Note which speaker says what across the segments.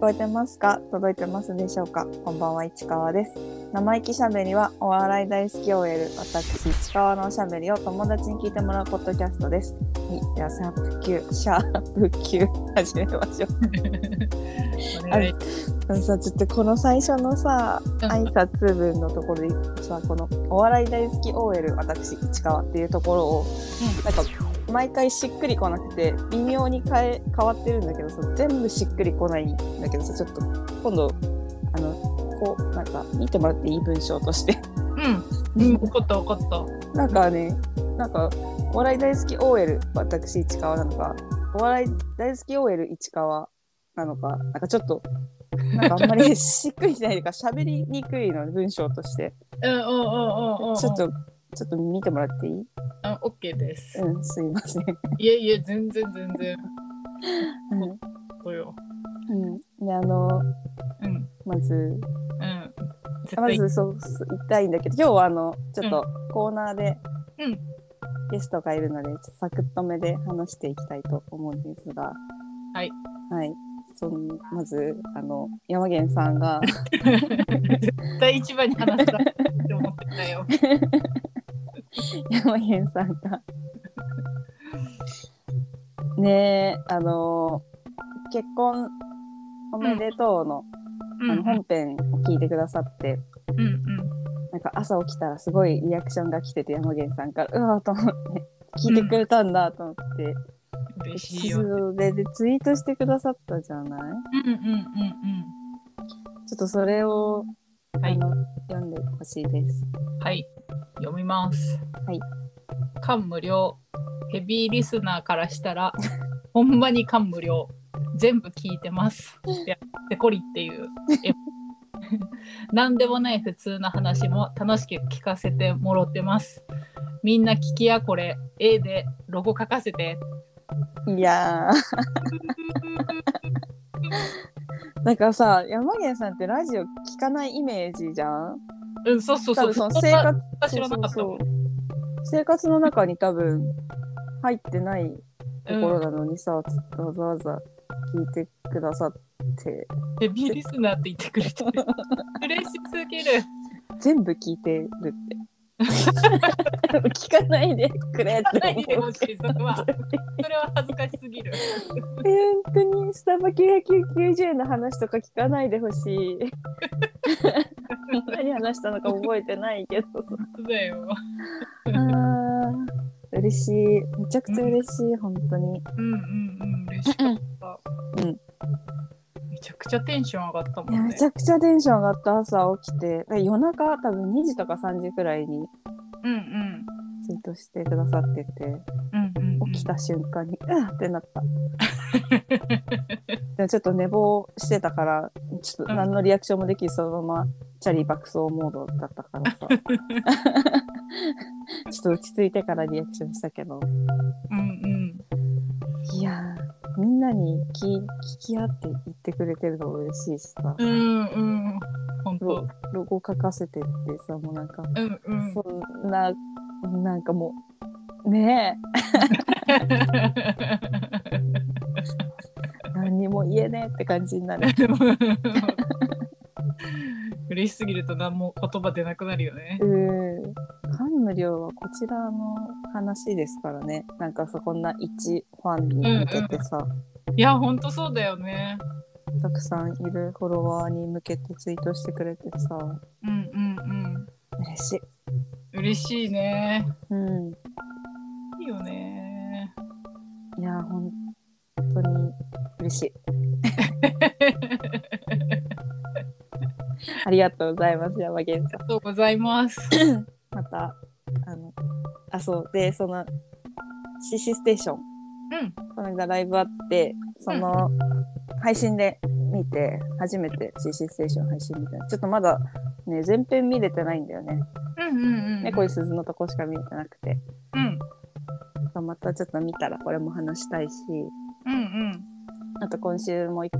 Speaker 1: こえてますか届いてますでしょうかこんばんは、市川です。生意気しゃべりはお笑い大好き OL、私、市川のおしゃべりを友達に聞いてもらうポッドキャストです。はい、では、シャープ9、シャープ9、始めましょう。
Speaker 2: あれ
Speaker 1: あのさ、ちょっとこの最初のさ、挨拶文のところでさ、このお笑い大好き OL、私、市川っていうところを、
Speaker 2: う
Speaker 1: なんか、毎回しっくりこなくて、微妙に変え、変わってるんだけどさ、全部しっくりこないんだけどさ、ちょっと、今度、あの、こう、なんか、見てもらっていい文章として。
Speaker 2: うん、うん、怒った怒った。
Speaker 1: なんかね、なんか、お笑い大好き OL、私、市川なのか、お笑い大好き OL、市川なのか、なんかちょっと、なんかあんま りしっくりしないというか、喋りにくいの、文章として。
Speaker 2: うんうんうんうんうん。
Speaker 1: ちょっと、ちょっと見てもらっていい
Speaker 2: あ、オッケーです。
Speaker 1: うん、すいません。
Speaker 2: いえいえ、全然全然。
Speaker 1: う
Speaker 2: そうよ。
Speaker 1: ん。うん、で、あの、
Speaker 2: うん
Speaker 1: まず、
Speaker 2: うん。絶
Speaker 1: ま
Speaker 2: 対。
Speaker 1: ずそう、そう言いたいんだけど、今日はあの、ちょっとコーナーで、
Speaker 2: うん
Speaker 1: ゲストがいるので、ちょっとサクッとめで話していきたいと思うんですが、
Speaker 2: はい。
Speaker 1: はい。そのまず、あの、山源さんが、
Speaker 2: 絶対一番に話したって思ってた よ。
Speaker 1: 山源さん が、ねえ、あの、結婚おめでとうの,、
Speaker 2: うんう
Speaker 1: あ
Speaker 2: ん
Speaker 1: の本編を聞いてくださって、
Speaker 2: うんうん。
Speaker 1: なんか朝起きたらすごいリアクションが来てて、山源さんから、うわーと思って、聞いてくれたんだと思って、
Speaker 2: 嬉しいよ。うん
Speaker 1: そうででツイートしてくださったじゃない
Speaker 2: うんうん
Speaker 1: ちょっとそれを、
Speaker 2: うん。
Speaker 1: あ
Speaker 2: はい
Speaker 1: の読んでほしいです。
Speaker 2: はい。読みます。
Speaker 1: はい。
Speaker 2: 感無量。ヘビーリスナーからしたら、 ほんまに感無量。全部聞いてます。で、でこりっていう。え なんでもない普通な話も楽しく聞かせてもろってます。みんな聞きやこれ、絵でロゴ書か せて。
Speaker 1: いやー なんかさ山源さんってラジオ聞かないイメージじゃん
Speaker 2: うん、そうそう
Speaker 1: 多
Speaker 2: そう。
Speaker 1: 分その
Speaker 2: ん
Speaker 1: 生
Speaker 2: な
Speaker 1: 活
Speaker 2: 知らなかった
Speaker 1: そ
Speaker 2: も
Speaker 1: うんそうそう生活の中に多分入ってないところなのにさ、わざわざ聞いてくださって
Speaker 2: ヘビーリスナーって言ってくれ てる。嬉しすぎる。
Speaker 1: 全部聞いてるって聞かないでくれっ
Speaker 2: ない
Speaker 1: て
Speaker 2: で
Speaker 1: 思う
Speaker 2: ほしい、それは。それは恥ずかしすぎる。
Speaker 1: え本当にスタバ990円の話とか聞かないでほしい何話したのか覚えてないけど
Speaker 2: そうだよ。
Speaker 1: あー嬉しいめちゃくちゃ嬉しい本当に
Speaker 2: うんうんうん、嬉しかった。
Speaker 1: うん。
Speaker 2: めちゃくちゃテンション上がった
Speaker 1: いや
Speaker 2: もん
Speaker 1: め
Speaker 2: ね
Speaker 1: ち。ゃくちゃテンション上がった朝起きて夜中多分2時とか3時くらいに
Speaker 2: うんうん。
Speaker 1: ツイートしてくださってて
Speaker 2: うんうんうん、
Speaker 1: 起きた瞬間にうわってな ったでもちょっと寝坊してたからちょっと何のリアクションもできずそのままチャリ爆走モードだったから さちょっと落ち着いてからリアクションしたけど
Speaker 2: うん
Speaker 1: いやーみんなに聞き聞き合って言ってくれてるのも嬉しいしさ
Speaker 2: うん。うんうん。本当。
Speaker 1: ロゴ書かせてってさもうなんか、
Speaker 2: うんうん。
Speaker 1: そんななんかもうねえ何にも言えねえって感じになる
Speaker 2: 嬉しすぎると何も言葉出なくなるよね
Speaker 1: う。ん感無量はこちらの話ですからねなんかそこんな一ファンに向けてさ、
Speaker 2: いや、本当そうだよね。
Speaker 1: たくさんいるフォロワーに向けてツイートしてくれてさ
Speaker 2: うんうん
Speaker 1: 嬉しい
Speaker 2: うん。嬉しいね。
Speaker 1: うん
Speaker 2: いいよね。
Speaker 1: いや本当に嬉しいありがとうございます、山源さ
Speaker 2: ありがとうございます。
Speaker 1: ん。また、あの、あ、そう、で、その、CC ステーション、
Speaker 2: うん。
Speaker 1: この間ライブあって、その、配信で見て、初めて CC ステーション配信みたいな。ちょっとまだ、ね、全編見れてないんだよね。
Speaker 2: うんうんうん。
Speaker 1: 猫井鈴のとこしか見れてなくて。
Speaker 2: うん。
Speaker 1: またちょっと見たらこれも話したいし、
Speaker 2: うんうん。
Speaker 1: あと今週も一個、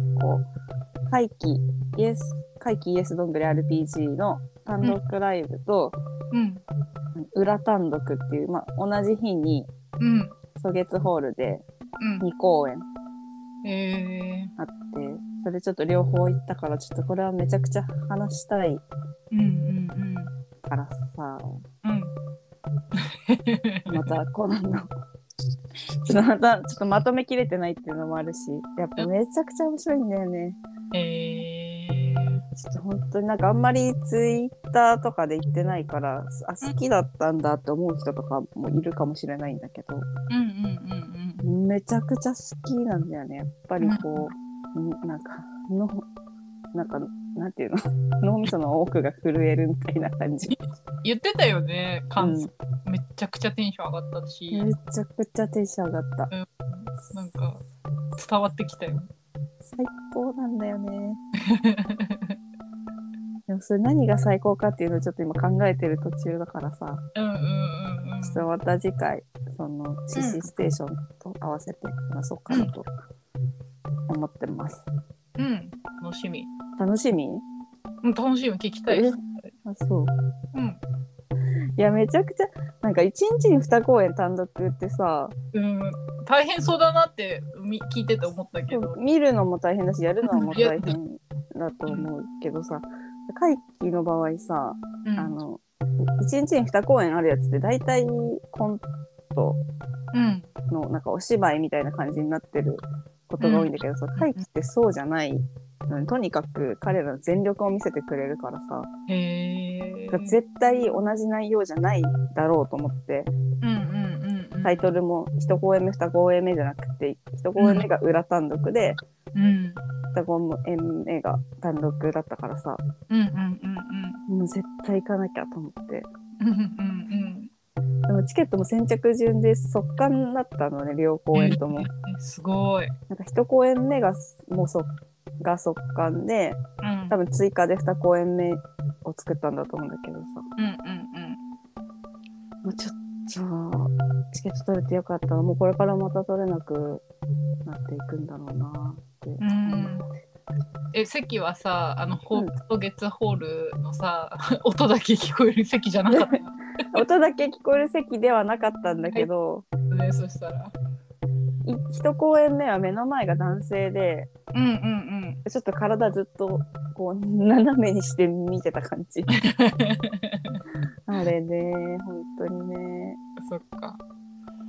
Speaker 1: 怪奇イエス、怪奇イエスどんぐり RPG の単独ライブと、
Speaker 2: うん。
Speaker 1: 裏単独っていう、まあ、同じ日に
Speaker 2: うん。
Speaker 1: 蘇月ホールで
Speaker 2: う
Speaker 1: 2公演
Speaker 2: ん。え
Speaker 1: あってそれちょっと両方行ったから、ちょっとこれはめちゃくちゃ話したい
Speaker 2: うんうんうん
Speaker 1: からさ、
Speaker 2: うん。
Speaker 1: またこの、 ちょっとまた、ちょっとまとめきれてないっていうのもあるし、やっぱめちゃくちゃ面白いんだよね。
Speaker 2: え
Speaker 1: ちょっと本当になんかあんまりツイッターとかで言ってないから、あ、好きだったんだって思う人とかもいるかもしれないんだけど、
Speaker 2: ー、うんうん
Speaker 1: めちゃくちゃ好きなんだよね。やっぱりこう、んなんか、の、なんか、なんていうの 脳みその奥が震えるみたいな感じ。
Speaker 2: うん。言ってたよね、感想。めっちゃくちゃテンション上がったし、
Speaker 1: めちゃくちゃテンション上がった。
Speaker 2: なんか伝わってきたよ。
Speaker 1: 最高なんだよね。でもそれ何が最高かっていうのをちょっと今考えてる途中だからさ、
Speaker 2: うんうんうんうん。
Speaker 1: ちょっとまた次回、その、CC ステーションと合わせて話そうかなと思ってます。
Speaker 2: うん、楽しみ。
Speaker 1: 楽しみ
Speaker 2: うん、楽しみ、聞きたい。
Speaker 1: え
Speaker 2: うん。
Speaker 1: あ、そう。いや、めちゃくちゃ、なんか1日に2公演単独ってさ、
Speaker 2: うん、大変そうだなってみ聞いてて思ったけど。
Speaker 1: 見るのも大変だし、やるのも大変だと思うけどさ、会期の場合さ、
Speaker 2: うん、
Speaker 1: あの、1日に2公演あるやつって大体コント
Speaker 2: うん、
Speaker 1: のなんかお芝居みたいな感じになってることが多いんだけどさ、会期ってそうじゃないのに。とにかく彼らの全力を見せてくれるからさ、
Speaker 2: へえ。
Speaker 1: 絶対同じ内容じゃないだろうと思って、
Speaker 2: うんうんうんうん。
Speaker 1: タイトルも1公演目2公演目じゃなくて、1公演目が裏単独で、
Speaker 2: うん
Speaker 1: 2公演目が単独だったからさ、
Speaker 2: うんうんうん
Speaker 1: もう絶対行かなきゃと思って。
Speaker 2: うん。うんうんうん
Speaker 1: でもチケットも先着順で速乾だったのね、両公演とも。
Speaker 2: えすごい。
Speaker 1: なんか1公演目がもうそが速乾で、
Speaker 2: うん
Speaker 1: 多分追加で2公演目を作ったんだと思うんだけどさ。
Speaker 2: うんうん
Speaker 1: もうちょっと、チケット取れてよかったな。もうこれからまた取れなくなっていくんだろうなって。
Speaker 2: うん。うん。え、席はさ、あの、ホープと月ホールのさ、 音だけ聞こえる席じゃなかったん
Speaker 1: 音だけ聞こえる席ではなかったんだけど、
Speaker 2: だね、そしたら。
Speaker 1: い1公演目は目の前が男性で、
Speaker 2: うんうんうん。
Speaker 1: ちょっと体ずっとこう斜めにして見てた感 じ。あれね、本当にね。
Speaker 2: そっか。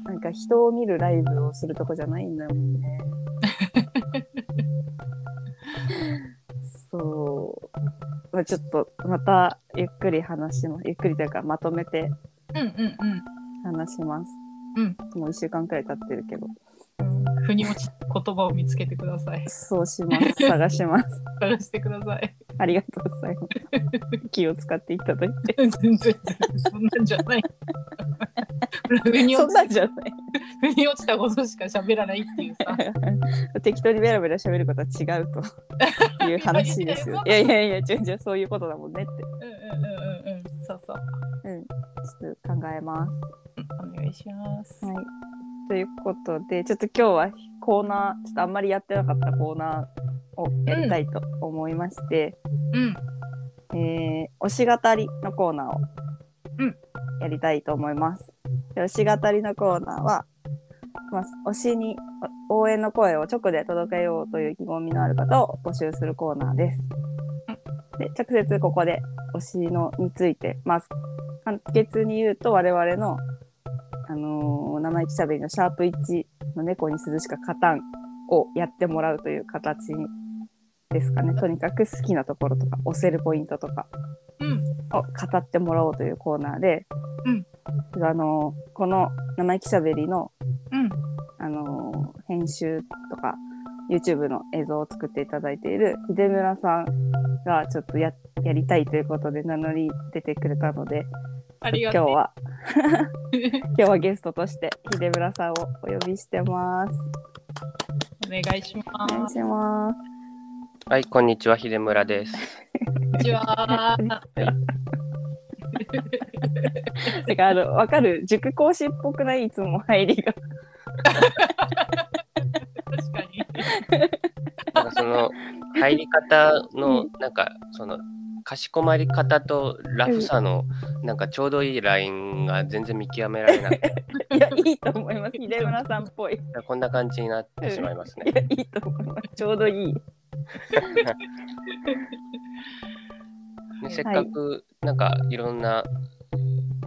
Speaker 1: なんか人を見るライブをするとこじゃないんだもん ね。そう。まあ、ちょっとまたゆっくり話します。ゆっくりというかまとめて
Speaker 2: うんうん
Speaker 1: 話します。
Speaker 2: うん。
Speaker 1: もう1週間くらい経ってるけど。
Speaker 2: うん。腑に落ちた言葉を見つけてくだ さい。
Speaker 1: そうします。探します。
Speaker 2: 探してください。
Speaker 1: ありがとうございます。気を使っていただいて。
Speaker 2: 全然、全然そんなんじゃない。 腑 に
Speaker 1: そん
Speaker 2: 落ちた
Speaker 1: なんじゃない。
Speaker 2: 腑に落ちたことしか喋らないってい うさ。
Speaker 1: 適当にベラベラ喋ることは違 うという話ですよ。い
Speaker 2: いや
Speaker 1: やい
Speaker 2: い
Speaker 1: やいや、違う違う、そういうことだもんねって。
Speaker 2: うんうんうんうんうん。そうそう。
Speaker 1: ちょっと考えます。
Speaker 2: お願いします。
Speaker 1: はい。ということで、ちょっと今日はコーナー、ちょっとあんまりやってなかったコーナーをやりたいと思いまして、
Speaker 2: うん。
Speaker 1: えー推し語りのコーナーを
Speaker 2: うん
Speaker 1: やりたいと思います。で推し語りのコーナーは、まあ、推しにお応援の声を直で届けようという意気込みのある方を募集するコーナーです。で直接ここで推しのについて、まあ、簡潔に言うと我々の、あのー生意気しゃべりのシャープ1の猫に鈴しか勝たんをやってもらうという形ですかね。とにかく好きなところとか、押せるポイントとか
Speaker 2: うん。
Speaker 1: を語ってもらおうというコーナーで、
Speaker 2: うん
Speaker 1: あのーこの生意気しゃべりの、
Speaker 2: うん。
Speaker 1: あのー編集とか、YouTube の映像を作っていただいている秀村さんがちょっとややりたいということで名乗り出てくれたので、
Speaker 2: あり
Speaker 1: 今
Speaker 2: が
Speaker 1: 日
Speaker 2: とう。
Speaker 1: は今日はゲストとして秀村さんをお呼びしてます。
Speaker 2: お願いしま
Speaker 1: お願い
Speaker 2: す。
Speaker 1: します。
Speaker 3: はい、こんにちは、秀村です。
Speaker 2: こんにちは。
Speaker 1: てかあのわかる塾講師っぽくないいつも入りが。
Speaker 2: 確かに。
Speaker 3: なんかそ の入り方の、なんかその、かしこまり方とラフさの、なんかちょうどいいラインが全然見極められなくて、
Speaker 1: いやいいと思います。秀村さんっぽい。い
Speaker 3: こんな感じになってしまいますね。
Speaker 1: やいいと思います。ちょうどいい。
Speaker 3: ねせっかくなんかいろんな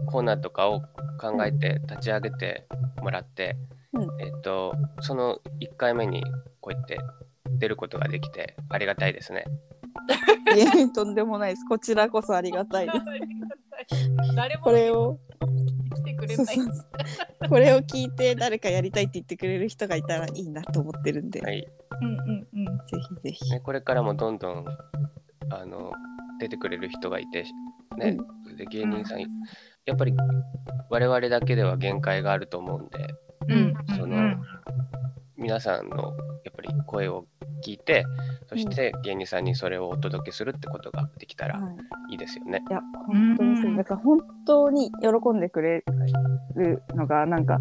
Speaker 3: コーナーとかを考えて立ち上げてもらって、
Speaker 1: うん
Speaker 3: えっとその1回目にこうやって出ることができてありがたいですね。
Speaker 1: いえとんでもないです。こちらこそありがたいです。
Speaker 2: 誰
Speaker 1: こ
Speaker 2: も
Speaker 1: れを、
Speaker 2: 来てくれ
Speaker 1: そう
Speaker 2: ない
Speaker 1: そうそうこれを聞いて誰かやりたいって言ってくれる人がいたらいいなと思ってるんで、
Speaker 3: はい
Speaker 2: うんうんうん
Speaker 1: ぜひぜひ。
Speaker 3: ね、これからもどんどんあの出てくれる人がいて、ねで芸人さんやっぱり我々だけでは限界があると思うんで
Speaker 2: うん
Speaker 3: その、
Speaker 2: うん
Speaker 3: 皆さんのやっぱり声を聞いてそして芸人さんにそれをお届けするってことができたら
Speaker 1: はい
Speaker 3: いいですよ ね。
Speaker 1: いや本当にそううんだから本当に喜んでくれるのがなんか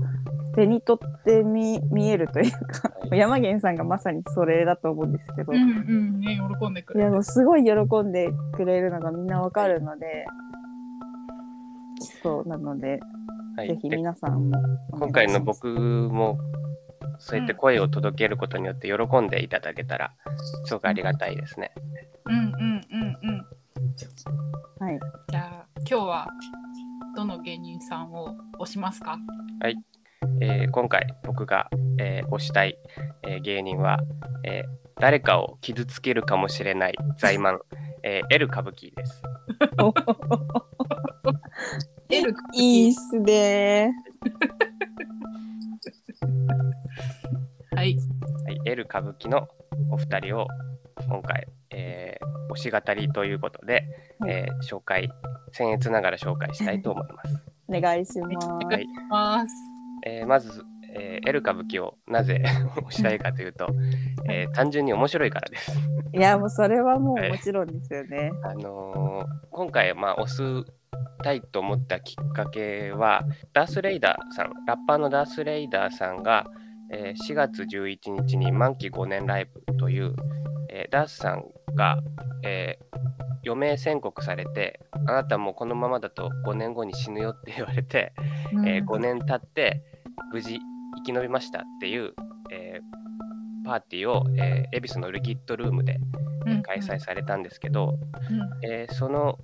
Speaker 1: 手に取ってみ見えるというか
Speaker 3: はい
Speaker 1: 山源さんがまさにそれだと思うんですけど、
Speaker 2: うん
Speaker 1: い
Speaker 2: うんね喜んでくれ
Speaker 1: や
Speaker 2: る
Speaker 1: もうすごい喜んでくれるのがみんなわかるので、そうなので、
Speaker 3: はい
Speaker 1: ぜひ
Speaker 3: で
Speaker 1: 皆さんもお願
Speaker 3: 今
Speaker 1: い
Speaker 3: 回
Speaker 1: し
Speaker 3: の
Speaker 1: ます
Speaker 3: 僕もそうやって声を届けることによって喜んでいただけたらすごくありがたいですね。
Speaker 2: うんうんうんうん
Speaker 1: はい
Speaker 2: じゃあ今日はどの芸人さんを推しますか
Speaker 3: えー今回僕が、えー推したい、えー芸人は、えー誰かを傷つけるかもしれない在満、 えー、L 歌舞伎です。
Speaker 2: エル
Speaker 1: いいっすね
Speaker 2: はい
Speaker 3: はい、L 歌舞伎のお二人を今回、えー推し語りということで、
Speaker 1: はい
Speaker 3: えー紹介僭越ながら紹介したいと思います。
Speaker 1: お願いします
Speaker 2: お
Speaker 3: は
Speaker 2: 願
Speaker 3: い
Speaker 2: いします
Speaker 3: えーまず、えー、L 歌舞伎をなぜ 推したいかというと、えー単純に面白いからです。
Speaker 1: いやもうそれはもうもちろんですよね、
Speaker 3: あのー今回、まあ、推したいと思ったきっかけはダース・レイダーさんラッパーのダース・レイダーさんが、えー4月11日に満期5年ライブという、えーダースさんが、えー余命宣告されてあなたもうこのままだと5年後に死ぬよって言われて、えー5年経って無事生き延びましたっていう、えーパーティーを、えー恵比寿のルギットルームで
Speaker 2: うん
Speaker 3: 開催されたんですけど、
Speaker 2: うん
Speaker 3: えーその、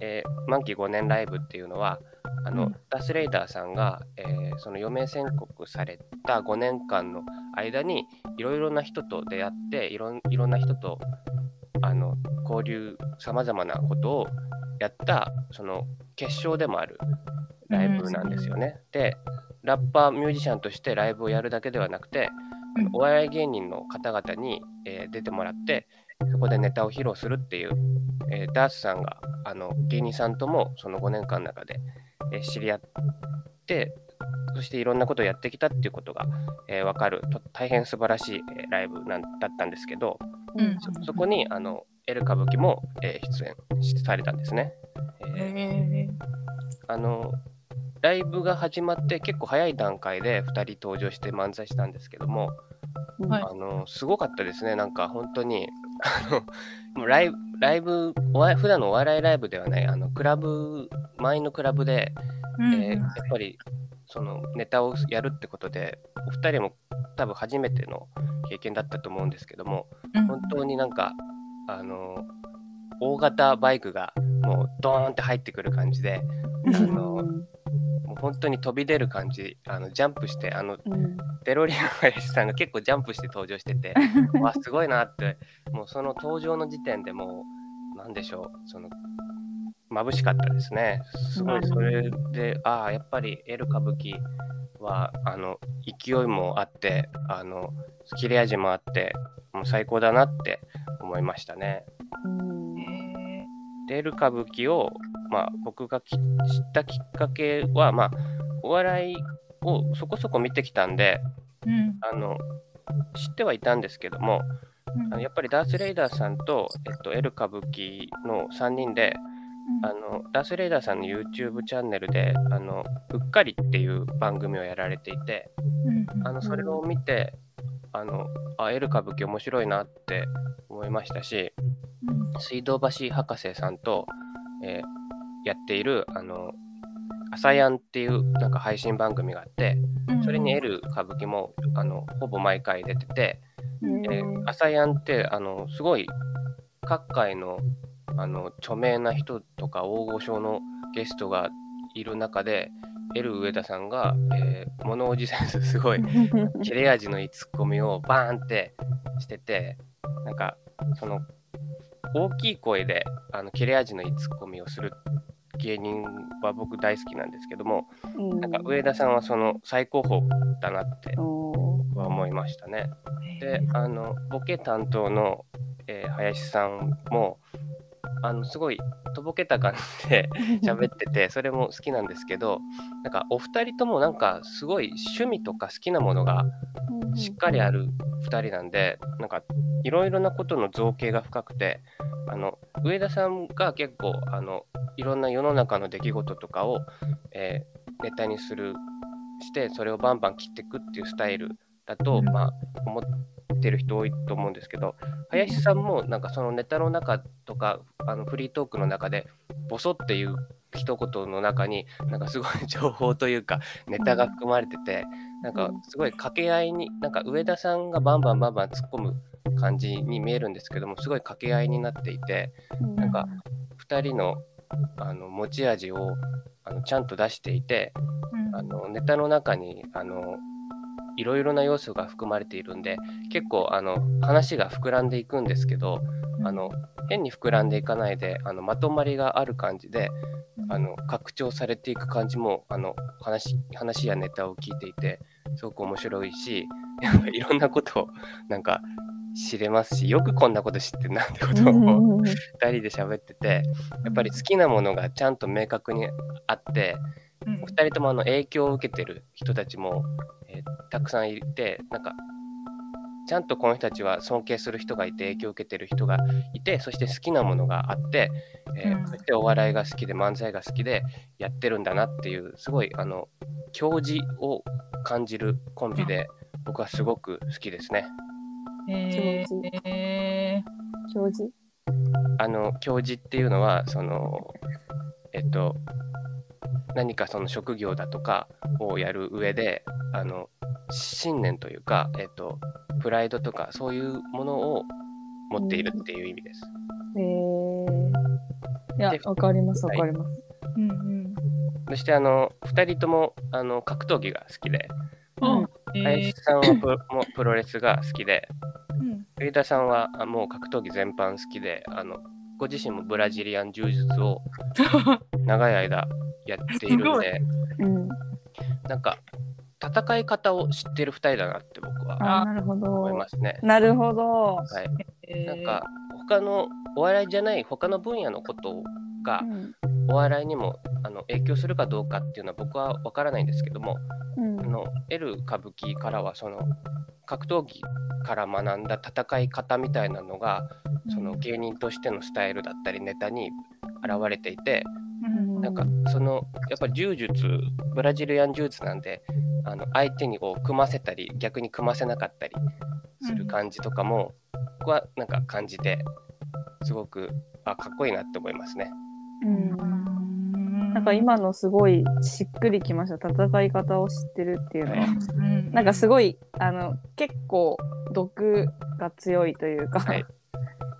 Speaker 3: えー満期5年ライブっていうのはあ
Speaker 2: う
Speaker 3: の、
Speaker 2: ん
Speaker 3: ダス・レイダーさんが、えーその余命宣告された5年間の間にいろいろな人と出会っていろんいろんな人とあの交流さまざまなことをやったその決勝でもあるライブなんですよね。でラッパーミュージシャンとしてライブをやるだけではなくてあの
Speaker 2: うん
Speaker 3: お笑い芸人の方々に、えー出てもらってそこでネタを披露するっていう、えーダースさんがあの芸人さんともその5年間の中で、えー知り合ってそしていろんなことをやってきたっていうことが、え分かると大変素晴らしい、えーライブなんだったんですけど
Speaker 2: うんうん
Speaker 3: そそこにあのエル歌舞伎も、えー出演されたんですね。えー
Speaker 2: え
Speaker 3: あのライブが始まって結構早い段階で2人登場して漫才したんですけども、
Speaker 1: うん
Speaker 2: はい
Speaker 3: あのすごかったですねなんか本当にあのもうライブライブおわ普段のお笑いライブではないあのクラブ前のクラブで、
Speaker 2: ー
Speaker 3: えーやっぱりそのネタをやるってことでお二人も多分初めての経験だったと思うんですけども
Speaker 2: うん
Speaker 3: 本当になんかあの大型バイクがもうドーンって入ってくる感じで。
Speaker 2: うん
Speaker 3: あのもう本当に飛び出る感じあのジャンプしてあの
Speaker 1: うん
Speaker 3: デロリアン林さんが結構ジャンプして登場して てわすごいなってもうその登場の時点でもうなんでしょうその眩しかったですねすご
Speaker 1: う
Speaker 3: い
Speaker 1: ん
Speaker 3: それでああやっぱり「エル歌舞伎は」あの勢いもあってあの切れ味もあってもう最高だなって思いましたね。
Speaker 1: うん
Speaker 2: え
Speaker 3: 出る歌舞伎を、まあ、僕がき知ったきっかけは、まあ、お笑いをそこそこ見てきたんで
Speaker 2: ーうん
Speaker 3: あの知ってはいたんですけども
Speaker 2: うん
Speaker 3: あのやっぱりダース・レイダーさんと、えっと、エル歌舞伎の3人であのダース・レイダーさんの YouTube チャンネルで「あのうっかり」っていう番組をやられていて
Speaker 2: うん
Speaker 3: あのそれを見てあのあエル歌舞伎面白いなって思いましたし
Speaker 2: うん
Speaker 3: 水道橋博士さんと、えーやっているあの「朝やん」っていうなんか配信番組があって
Speaker 2: うん
Speaker 3: それに「L 歌舞伎も」あのほぼ毎回出てて
Speaker 2: うん
Speaker 3: 「えー朝やん」ってあのすごい各界のあの著名な人とか大御所のゲストがいる中で L 上田さんが、えー物おじセンスすごい切れ味のいいツッコミをバーンってしててなんかその大きい声であの切れ味のいいツッコミをする芸人は僕大好きなんですけどもなんか上田さんはその最高峰だなって
Speaker 1: お
Speaker 3: 僕は思いましたね。であのボケ担当の、えー林さんもあのすごいとぼけた感じで喋っててそれも好きなんですけどなんかお二人ともなんかすごい趣味とか好きなものがしっかりある2人なんで、なんかいろいろなことの造形が深くて、あの上田さんが結構あのいろんな世の中の出来事とかを、えーネタにするしてそれをバンバン切っていくっていうスタイルだと、
Speaker 2: うん
Speaker 3: まあ、思ってる人多いと思うんですけど林さんもなんかそのネタの中とかあのフリートークの中でボソっていう一言の中になんかすごい情報というかネタが含まれてて、なんかすごい掛け合いになんか上田さんがバンバンバンバン突っ込む感じに見えるんですけどもすごい掛け合いになっていてなんか2人のあの持ち味をあのちゃんと出していて
Speaker 2: うん
Speaker 3: あのネタの中にあのいろいろな要素が含まれているんで結構あの話が膨らんでいくんですけどあの変に膨らんでいかないであのまとまりがある感じで
Speaker 2: うん
Speaker 3: あの拡張されていく感じもあの話話やネタを聞いていてすごく面白いしやっぱいろんなことをなんか知れますしよくこんなこと知ってんなってことを2人で喋っててやっぱり好きなものがちゃんと明確にあって
Speaker 2: うん
Speaker 3: お二人ともあの影響を受けてる人たちも、えーたくさんいてなんかちゃんとこの人たちは尊敬する人がいて影響を受けてる人がいてそして好きなものがあって、えー
Speaker 2: うん
Speaker 3: そしてお笑いが好きで漫才が好きでやってるんだなっていうすごいあの教示を感じるコンビで、僕はすごく好きですね。
Speaker 2: えーえ
Speaker 1: 教授
Speaker 3: あの教授っていうのはそのえっと何かその職業だとかをやる上であの信念というか、えっと、プライドとかそういうものを持っているっていう意味です。
Speaker 1: えいや
Speaker 3: で
Speaker 1: わかりますわかります、
Speaker 2: ーうんうん
Speaker 3: そしてあの2人ともあの格闘技が好きで
Speaker 2: あえー
Speaker 3: 林さんはプロもうプロレスが好きで
Speaker 2: うん
Speaker 3: 上田さんはあもう格闘技全般好きであのご自身もブラジリアン柔術を長い間やっているんで。
Speaker 1: うん
Speaker 3: なんか戦い方を知ってる2人だなって僕は
Speaker 1: あーなるほ
Speaker 3: 思い
Speaker 1: ど
Speaker 3: ますね。
Speaker 1: なるほど、
Speaker 3: はい、
Speaker 2: えー
Speaker 3: なんか他のお笑いじゃない他の分野のことが
Speaker 1: うん
Speaker 3: お笑いにもあの影響するかどうかっていうのは僕は分からないんですけども
Speaker 1: うん
Speaker 3: あの L 歌舞伎からはその格闘技から学んだ戦い方みたいなのがその芸人としてのスタイルだったりネタに現れていて
Speaker 2: うん
Speaker 3: なんかそのやっぱり柔術ブラジルやん柔術なんであの相手にこう組ませたり逆に組ませなかったりする感じとかも、僕はなんか感じてすごくあかっこいいなって思いますね。
Speaker 1: うんなんか今のすごいしっくりきました戦い方を知ってるっていうのは、
Speaker 2: うん
Speaker 1: なんかすごいあの結構毒が強いというか、
Speaker 3: はい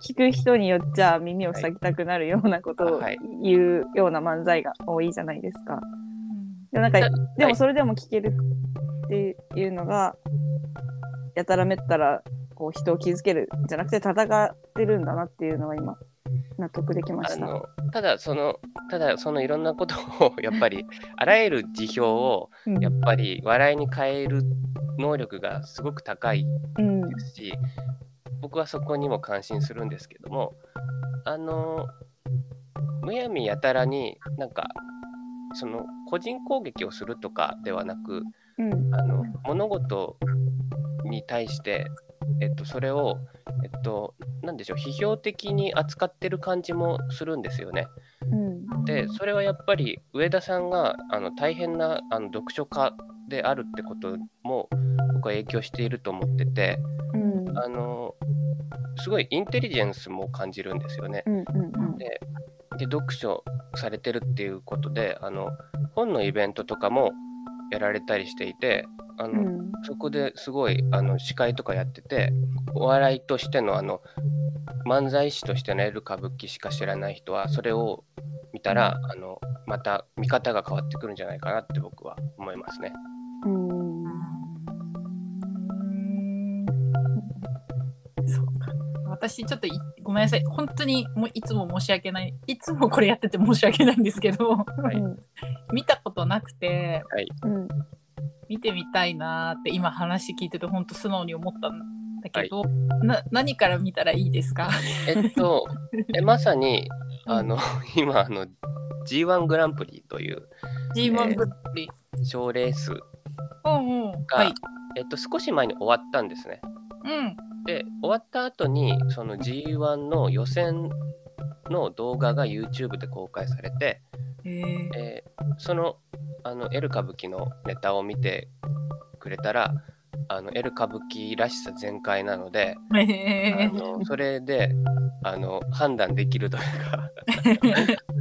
Speaker 1: 聞く人によっちゃ耳を塞ぎたくなるようなことを
Speaker 3: はい
Speaker 1: 言うような漫才が多いじゃないですか。
Speaker 2: うん
Speaker 1: でなんか
Speaker 3: はい
Speaker 1: でもそれでも聞けるっていうのがやたらめったらこう人を傷つけるんじゃなくて戦ってるんだなっていうのは今納得できま
Speaker 3: あ
Speaker 1: した。
Speaker 3: のただそのただそのいろんなことを やっぱりあらゆる辞表を
Speaker 1: うん
Speaker 3: やっぱり笑いに変える能力がすごく高い
Speaker 1: うん
Speaker 3: ですし僕はそこにも感心するんですけどもあのむやみやたらになんかその個人攻撃をするとかではなく
Speaker 1: うん
Speaker 3: あの
Speaker 2: うん
Speaker 3: 物事に対して、えっと、それを、えっと、なんでしょう批評的に扱ってる感じもするんですよね。
Speaker 1: うん
Speaker 3: でそれはやっぱり上田さんがあの大変なあの読書家であるってことも僕は影響していると思ってて。
Speaker 1: うん
Speaker 3: あのすごいインテリジェンスも感じるんですよね。
Speaker 1: うんうんうん
Speaker 3: でで読書されてるっていうことであの本のイベントとかもやられたりしていてあ
Speaker 1: う
Speaker 3: の、
Speaker 1: ん。
Speaker 3: そこですごいあの司会とかやっててお笑いとしてのあの漫才師としてのエル歌舞伎しか知らない人はそれを見たらあのまた見方が変わってくるんじゃないかなって僕は思いますね。
Speaker 1: うん。
Speaker 2: そうか私ちょっといごめんなさい本当にもういつも申し訳ないいつもこれやってて申し訳ないんですけど
Speaker 3: はい
Speaker 2: 見たことなくて
Speaker 1: うん。
Speaker 2: 見てみたいなーって今話聞いてて本当素直に思ったんだけど、な何から見たらいいです か
Speaker 3: えっ とえまさにあの今あの G1 グランプリという
Speaker 2: ?G1 グランプリ。
Speaker 3: 賞レース
Speaker 2: うんうん。
Speaker 3: が、
Speaker 2: はい。
Speaker 3: えっと、少し前に終わったんですね。
Speaker 2: うん。
Speaker 3: で終わった後にその G1 の予選の動画が YouTube で公開されて、
Speaker 2: えー
Speaker 3: えーそのあのエル歌舞伎のネタを見てくれたらあのエル歌舞伎らしさ全開なので、あ
Speaker 2: え
Speaker 3: のそれであの判断できるというか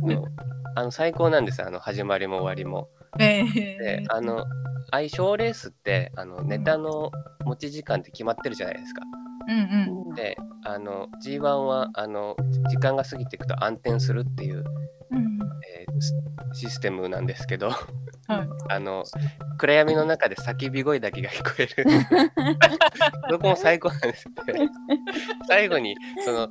Speaker 3: あのあの最高なんですあの始まりも終わりも。
Speaker 2: ー、え
Speaker 3: であの相性レースってあのネタの持ち時間って決まってるじゃないですか。
Speaker 2: うんうん。
Speaker 1: うん
Speaker 3: であの G1 はあの時間が過ぎていくと暗転するっていう、
Speaker 2: うん
Speaker 3: えーシシステムなんですけど
Speaker 2: はい
Speaker 3: あの暗闇の中で叫び声だけが聞こえるそこも最高なんですよね最後にその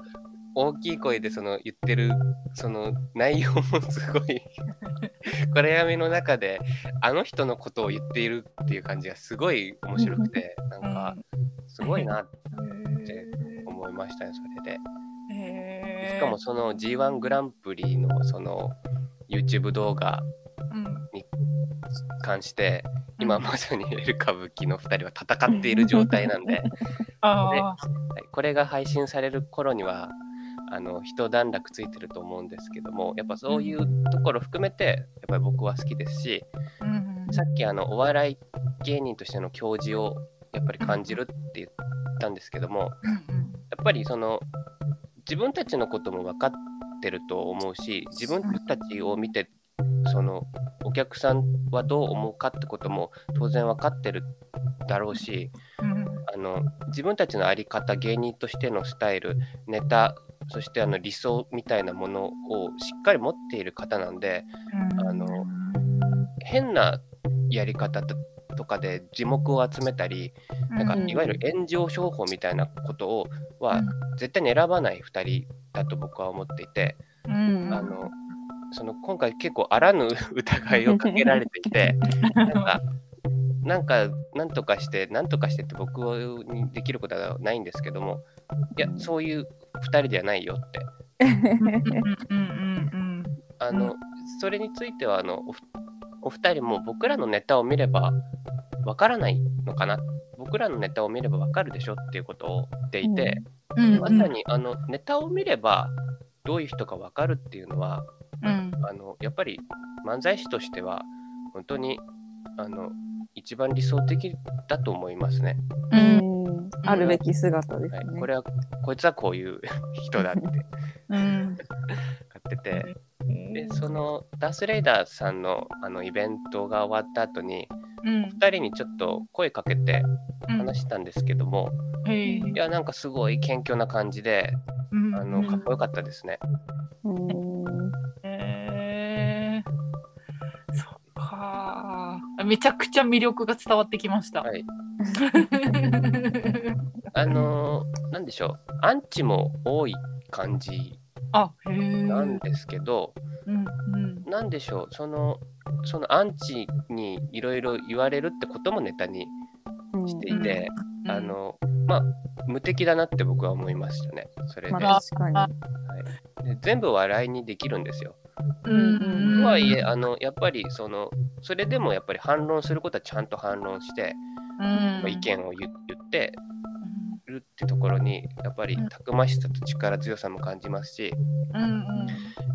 Speaker 3: 大きい声でその言ってるその内容もすごい暗闇の中であの人のことを言っているっていう感じがすごい面白くてなんかすごいなって思いましたねそれで。
Speaker 2: えー
Speaker 3: しかも、その G1 グランプリのその YouTube 動画
Speaker 2: うん、
Speaker 3: 関して今まさにエル歌舞伎の2人は戦っている状態なんで、はい
Speaker 2: ああ、
Speaker 3: これが配信される頃にはあの一段落ついてると思うんですけどもやっぱそういうところ含めてやっぱり僕は好きですし
Speaker 2: うんうん、
Speaker 3: さっきあのお笑い芸人としての矜持をやっぱり感じるって言ったんですけどもやっぱりその自分たちのことも分かってると思うし自分たちを見てそのお客さんはどう思うかってことも当然分かってるだろうし
Speaker 2: うん
Speaker 3: あの自分たちの在り方芸人としてのスタイルネタそしてあの理想みたいなものをしっかり持っている方なんで
Speaker 2: うん、
Speaker 3: あの変なやり方とかで字幕を集めたりなんか
Speaker 2: う
Speaker 3: いわゆる炎上商法みたいなことをは
Speaker 2: うん
Speaker 3: 絶対に選ばない2人だと僕は思っていて、
Speaker 2: うん、
Speaker 3: あのその今回結構あらぬ 疑いをかけられて きてなんかなんかなんとかしてなんとかしてって僕にできることはないんですけどもいやそういう2人ではないよって
Speaker 2: うんうんうん
Speaker 3: あの、
Speaker 2: う
Speaker 3: それについてはあのおふお二人も僕らのネタを見ればわからないのかな僕らのネタを見ればわかるでしょっていうことを言っていて、
Speaker 2: うんうん、
Speaker 3: まさにあのネタを見ればどういう人かわかるっていうのは
Speaker 2: うん
Speaker 3: あのやっぱり漫才師としては本当にあの一番理想的だと思いますね。
Speaker 2: う
Speaker 1: うんんあるべき姿です
Speaker 3: は
Speaker 1: ね
Speaker 3: い、。これはこいつはこういう 人だって
Speaker 2: うん
Speaker 3: 買ってて。でそのダース・レイダーさんのあのイベントが終わった後に
Speaker 2: うん
Speaker 3: 2人にちょっと声かけて
Speaker 2: うん
Speaker 3: 話したんですけども、
Speaker 2: へー
Speaker 3: いやなんかすごい謙虚な感じで
Speaker 2: うん
Speaker 3: あのかっこよかったですね。
Speaker 1: うん
Speaker 2: へーそっかーめちゃくちゃ魅力が伝わってきました。
Speaker 3: はいあのーなんでしょうアンチも多い感じ
Speaker 2: あ、へえ。
Speaker 3: なんですけど、
Speaker 2: うんうん
Speaker 3: なんでしょうそのそのアンチにいろいろ言われるってこともネタに
Speaker 1: うん
Speaker 3: していて、
Speaker 2: うん
Speaker 3: あのまあ無敵だなって僕は思いましたねそれで,、
Speaker 1: ま
Speaker 3: は
Speaker 1: あ確か
Speaker 3: い、で全部笑いにできるんですよ。
Speaker 2: うんうん
Speaker 3: とはいえあのやっぱりそのそれでもやっぱり反論することはちゃんと反論して、
Speaker 2: うん
Speaker 3: 意見を言言ってるってところにやっぱりたくましさと力強さも感じますし、
Speaker 2: うんうん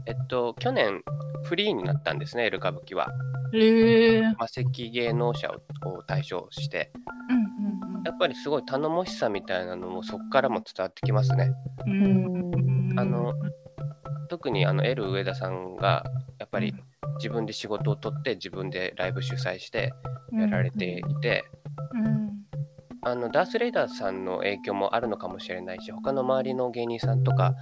Speaker 3: えっと、去年フリーになったんですねエル歌舞伎は。
Speaker 2: へえうん
Speaker 3: 魔石芸能者を対象してやっぱりすごい頼もしさみたいなのもそこからも伝わってきますね。
Speaker 2: うんうん
Speaker 1: に。
Speaker 2: うん
Speaker 3: あの特にあの L 上田さんがやっぱり自分で仕事を取って自分でライブ主催してやられていて、
Speaker 2: うん
Speaker 3: あのダース・レイダーさんの影響もあるのかもしれないし他の周りの芸人さんとか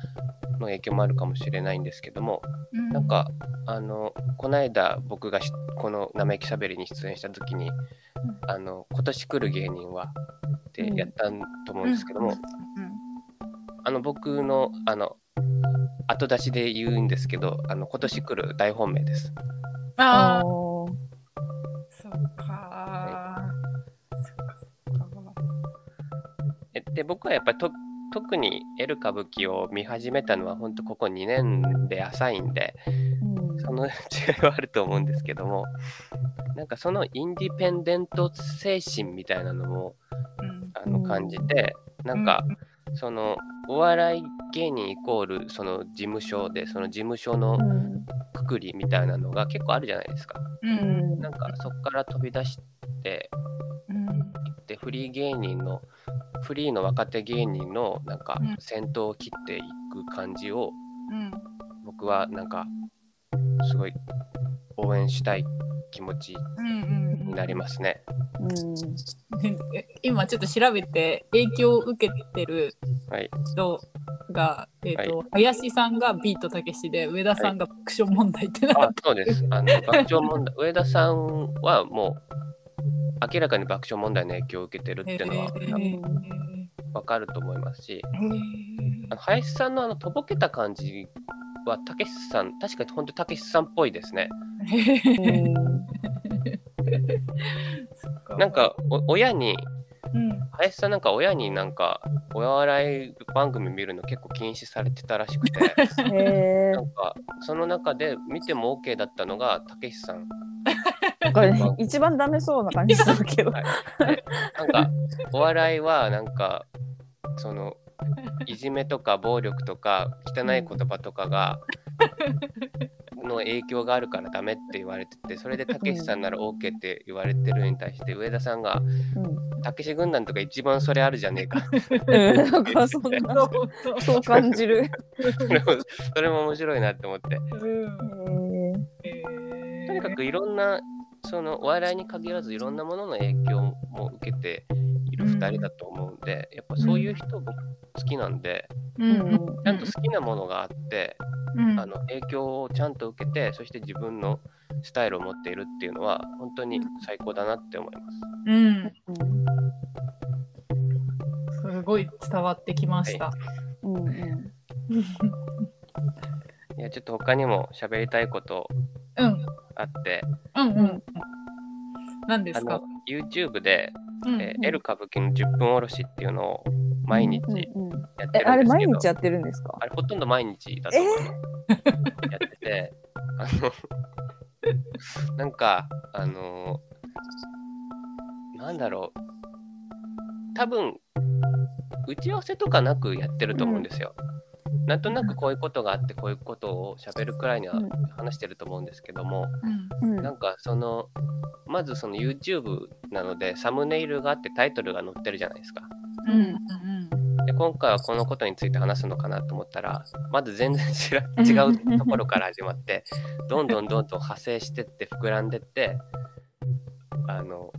Speaker 3: の影響もあるかもしれないんですけども
Speaker 2: う
Speaker 3: なんかあのこの間僕がしこの「生意気しゃべり」に出演した時に「あの今年来る芸人は?」ってやったと思うんですけども、
Speaker 2: う
Speaker 3: あの僕のあの後出しで言うんですけどあの今年来る大本命です。
Speaker 2: ん、ああ
Speaker 1: おー
Speaker 2: そうかそうかそうか
Speaker 3: えで僕はやっぱりと特に「エル歌舞伎」を見始めたのは本当ここ2年で浅いんで
Speaker 1: うん
Speaker 3: その違いはあると思うんですけどもなんかそのインディペンデント精神みたいなのも
Speaker 2: うん
Speaker 3: あの
Speaker 1: うん
Speaker 3: 感じてなんかそのお笑い芸人イコールその事務所でその事務所の
Speaker 1: うん
Speaker 3: くくりみたいなのが結構あるじゃないですか。
Speaker 2: う
Speaker 1: うんん
Speaker 3: なんかそこから飛び出して
Speaker 2: うん
Speaker 3: でフリー芸人のフリーの若手芸人のなんか
Speaker 2: うん
Speaker 3: 先頭を切っていく感じを
Speaker 2: うん
Speaker 3: 僕はなんかすごい応援したい気持ち
Speaker 2: うんう
Speaker 3: に
Speaker 2: ん
Speaker 3: なりますね。
Speaker 1: うん
Speaker 2: え今ちょっと調べて影響を受けてる
Speaker 3: はい
Speaker 2: 人が、えーと林さんがビートたけしで上田さんが爆笑問題ってな
Speaker 3: あそうです。あの爆笑問題上田さんはもう明らかに爆笑問題の影響を受けてるっていうのは
Speaker 2: えー
Speaker 3: わかると思いますし
Speaker 2: えー
Speaker 3: あの林さんのあのとぼけた感じはたけしさん確かに本当にたけしさんっぽいですね。
Speaker 1: うん
Speaker 3: なんかお親に
Speaker 2: うん
Speaker 3: 林さんなんか親になんかお笑い番組見るの結構禁止されてたらしくて
Speaker 1: へ
Speaker 3: なんかその中で見ても OK だったのがたけしさん、
Speaker 1: えこれ一番ダメそうな感じするけど
Speaker 3: はいでなんかお笑いはなんかそのいじめとか暴力とか汚い言葉とかがの影響があるからダメって言われててそれでたけしさんなら OK って言われてるに対して上田さんが
Speaker 1: うん
Speaker 3: 「たけし軍団とか一番それあるじゃねえか」
Speaker 1: うんなんかそん
Speaker 2: そ
Speaker 1: な
Speaker 2: うそう
Speaker 1: そう感じ る
Speaker 3: それもそれも面白いなって思って。
Speaker 2: うん
Speaker 1: へ
Speaker 2: えー
Speaker 3: とにかくいろんなそのお笑いに限らずいろんなものの影響も受けている2人だと思うんで、やっぱそういう人僕好きなんで、
Speaker 2: う
Speaker 1: え
Speaker 2: んうん
Speaker 1: う
Speaker 3: ちゃんと好きなものがあって、
Speaker 2: うん
Speaker 3: あの影響をちゃんと受けてそして自分のスタイルを持っているっていうのは本当に最高だなって思います。
Speaker 2: うん
Speaker 1: ん
Speaker 2: すごい伝わってきました。
Speaker 1: うんうん
Speaker 3: いやちょっと他にも喋りたいこと
Speaker 2: うん
Speaker 3: あって
Speaker 2: うんうん。何で
Speaker 3: あ
Speaker 2: すか
Speaker 3: の。YouTube で、
Speaker 2: うん
Speaker 3: えー L 歌舞伎の10分おろしっていうのを毎日
Speaker 1: うんうん
Speaker 3: やって
Speaker 1: えあれ
Speaker 3: るんです
Speaker 1: 毎
Speaker 3: けど、
Speaker 1: 日やってるんですか
Speaker 3: あれほとんど毎日だと思い ます。やってて、あの、なんか、あの、なんだろう、多分打ち合わせとかなくやってると思うんですよ。なんとなくこういうことがあって、こういうことをしゃべるくらいには
Speaker 1: うん
Speaker 3: 話してると思うんですけども、
Speaker 2: うん
Speaker 1: うん
Speaker 3: なんかその、まずその YouTube なので、サムネイルがあってタイトルが載ってるじゃないですか。
Speaker 2: うんうん
Speaker 3: で今回はこのことについて話すのかなと思ったらまず全然知ら
Speaker 1: うん
Speaker 3: 違うところから始まってどんどんどんどん派生してって膨らんでってあの、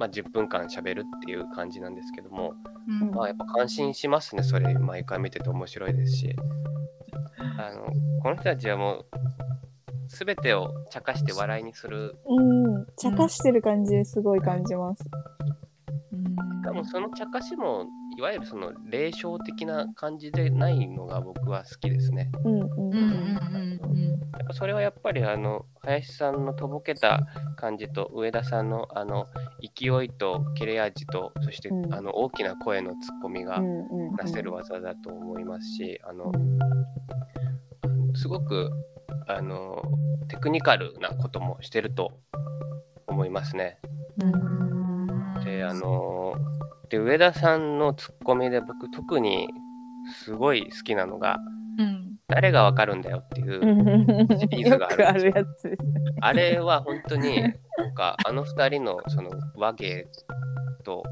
Speaker 3: まあ、10分間喋るっていう感じなんですけども、
Speaker 2: うん
Speaker 3: まあ、やっぱ感心しますねそれ毎回見てて面白いですしあのこの人たちはもう全てを茶化して笑いにする
Speaker 1: うん茶化してる感じすごい感じます
Speaker 3: しかもその茶化しもいわゆるその霊障的な感じでないのが僕は好きですね。
Speaker 1: うんうん
Speaker 2: う
Speaker 1: うん
Speaker 2: うん
Speaker 1: ん
Speaker 2: うん
Speaker 3: やっぱそれはやっぱりあの林さんのとぼけた感じと上田さんのあの勢いと切れ味とそして、
Speaker 1: うん
Speaker 3: あの大きな声のツッコミが
Speaker 1: うんうん
Speaker 3: なせる技だと思いますし、あ
Speaker 1: う
Speaker 3: の
Speaker 1: ん
Speaker 3: すごくあのテクニカルなこともしてると思いますね。
Speaker 2: うん
Speaker 3: であので上田さんのツッコミで僕特にすごい好きなのが
Speaker 2: うん
Speaker 3: 「誰がわかるんだよ」っていう。シリーズ
Speaker 1: よ
Speaker 3: がある
Speaker 1: くあるやつです
Speaker 3: あれは本当になんかあの二人のその和芸と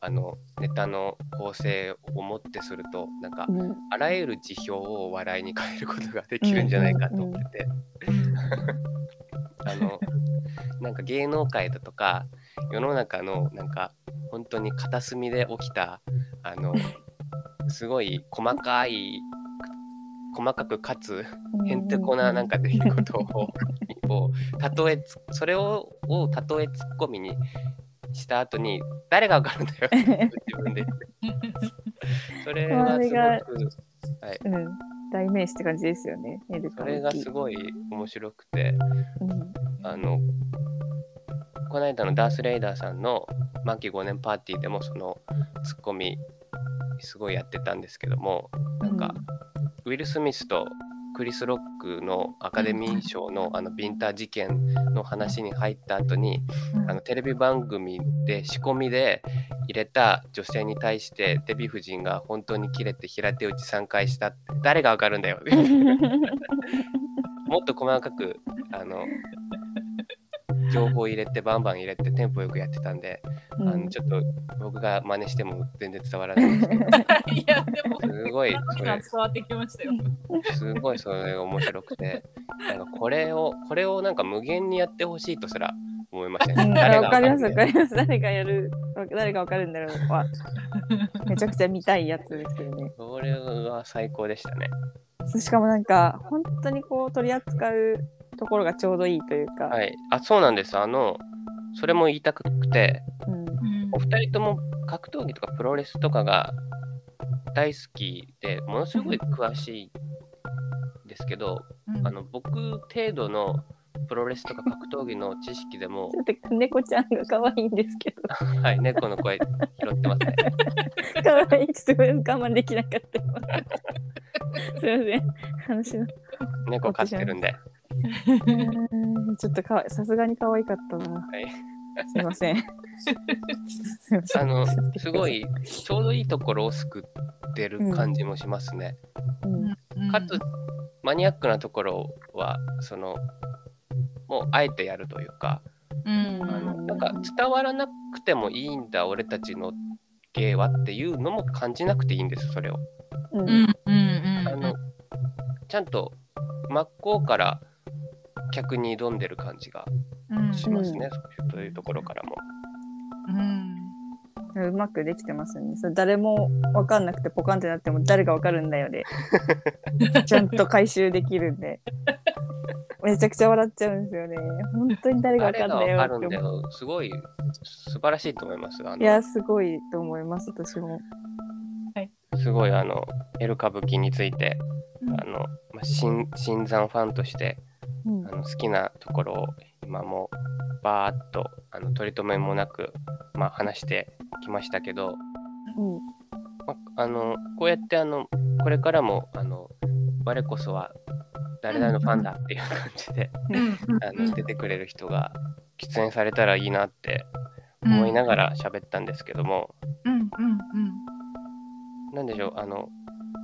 Speaker 3: あのネタの構成をもってするとなんか
Speaker 1: うん
Speaker 3: あらゆる辞表を笑いに変えることができるんじゃないかと思ってて、あのなんか芸能界だとか世の中のなんか本当に片隅で起きたあのすごい細かい細かくかつへんてこななんか出来事を を例えつそれをを例えツッコミにした後に誰がわかるんだよ自分でそれがすごく
Speaker 1: うん、代名詞って感じですよね。エル
Speaker 3: そ
Speaker 1: カ
Speaker 3: れ
Speaker 1: ブ
Speaker 3: が
Speaker 1: キ
Speaker 3: すごい面白くて
Speaker 1: うん
Speaker 3: あのこの間のダース・レイダーさんの満期5年パーティーでもそのツッコミすごいやってたんですけどもなんか、ウィル・スミスとクリス・ロックのアカデミー賞のあのビンタ事件の話に入った後に
Speaker 1: うん
Speaker 3: あのテレビ番組で仕込みで入れた女性に対してデヴィ夫人が本当にキレて平手打ち3回したって誰がわかる んだよもっと細かくあの情報入れてバンバン入れてテンポよくやってたんで、
Speaker 1: うん
Speaker 3: あのちょっと僕が真似しても全然伝わらないんですけど
Speaker 2: いやでも
Speaker 3: す ごい
Speaker 2: なんか
Speaker 3: そ
Speaker 2: 伝
Speaker 3: れ
Speaker 2: わってきましたよ。
Speaker 3: すごいそれが面白 くて、なんかこれを、これをなんか無限にやってほしいとすら思いました
Speaker 1: う
Speaker 3: ね。
Speaker 1: ん
Speaker 3: 誰
Speaker 1: あ
Speaker 3: が
Speaker 1: わかります
Speaker 3: わ
Speaker 1: わ
Speaker 3: か
Speaker 1: か
Speaker 3: る
Speaker 1: ります。誰がやる誰がわかるんだろうはめちゃくちゃ見たいやつですよね。
Speaker 3: それは最高でしたね。
Speaker 1: そうしかもなんか本当にこう取り扱うところがちょうどいいというか、
Speaker 3: はい。あ、そうなんです。あの、それも言いたくて、
Speaker 1: うん
Speaker 2: うん
Speaker 3: お二人とも格闘技とかプロレスとかが大好きで、ものすごい詳しいですけど、あの僕程度のプロレスとか格闘技の知識でも
Speaker 1: ちょ、っと猫ちゃんが可愛いんですけど、
Speaker 3: はい、猫の声拾ってますね。
Speaker 1: 可愛いちょっと我慢できなかった今。すいません話の。
Speaker 3: 猫飼ってるんで。
Speaker 1: うんちょっとかわいさすがに可愛かったな。
Speaker 3: はい。
Speaker 1: すいません。すいません
Speaker 3: あの
Speaker 1: 気をつけて
Speaker 3: す
Speaker 1: くだ
Speaker 3: ご
Speaker 1: さい。
Speaker 3: いちょうどいいところを救ってる感じもしますね。
Speaker 1: うん
Speaker 2: うん
Speaker 3: かつマニアックなところはそのもうあえてやるというか
Speaker 2: うん
Speaker 3: あの
Speaker 1: うん
Speaker 3: なんか伝わらなくてもいいんだ俺たちの芸はっていうのも感じなくていいんですそれを。
Speaker 1: うん
Speaker 2: うんうん
Speaker 3: あ
Speaker 2: うんう
Speaker 3: の
Speaker 2: ん
Speaker 3: ちゃんと真っ向から客に挑んでる感じが
Speaker 2: うん
Speaker 3: しますね、
Speaker 1: う
Speaker 3: そういうところからも。
Speaker 2: うん
Speaker 1: うまくできてますよね。それ誰もわかんなくてポカンってなっても誰がわかるんだよで、ちゃんと回収できるんで。めちゃくちゃ笑っちゃうんですよね。本当に誰がわ
Speaker 3: 誰
Speaker 1: かん
Speaker 3: が
Speaker 1: だ
Speaker 3: わ
Speaker 1: よ
Speaker 3: か
Speaker 1: っ
Speaker 3: る
Speaker 1: て
Speaker 3: んだ
Speaker 1: 思う。
Speaker 3: よすごい素晴らしいと思います。あの
Speaker 1: いや、すごいと思います、私も。
Speaker 3: すごいあのエル歌舞伎について
Speaker 2: うん
Speaker 3: あの、まあ、新新参ファンとして
Speaker 1: うん
Speaker 3: あの好きなところを今もバーッとあの取り留めもなく、まあ、話してきましたけど、
Speaker 1: うん
Speaker 3: まあ、あのこうやってあのこれからもあの我こそは誰々のファンだっていう感じであの出てくれる人が出演されたらいいなって思いながら喋ったんですけども、
Speaker 2: うんうん
Speaker 3: なんでしょうあの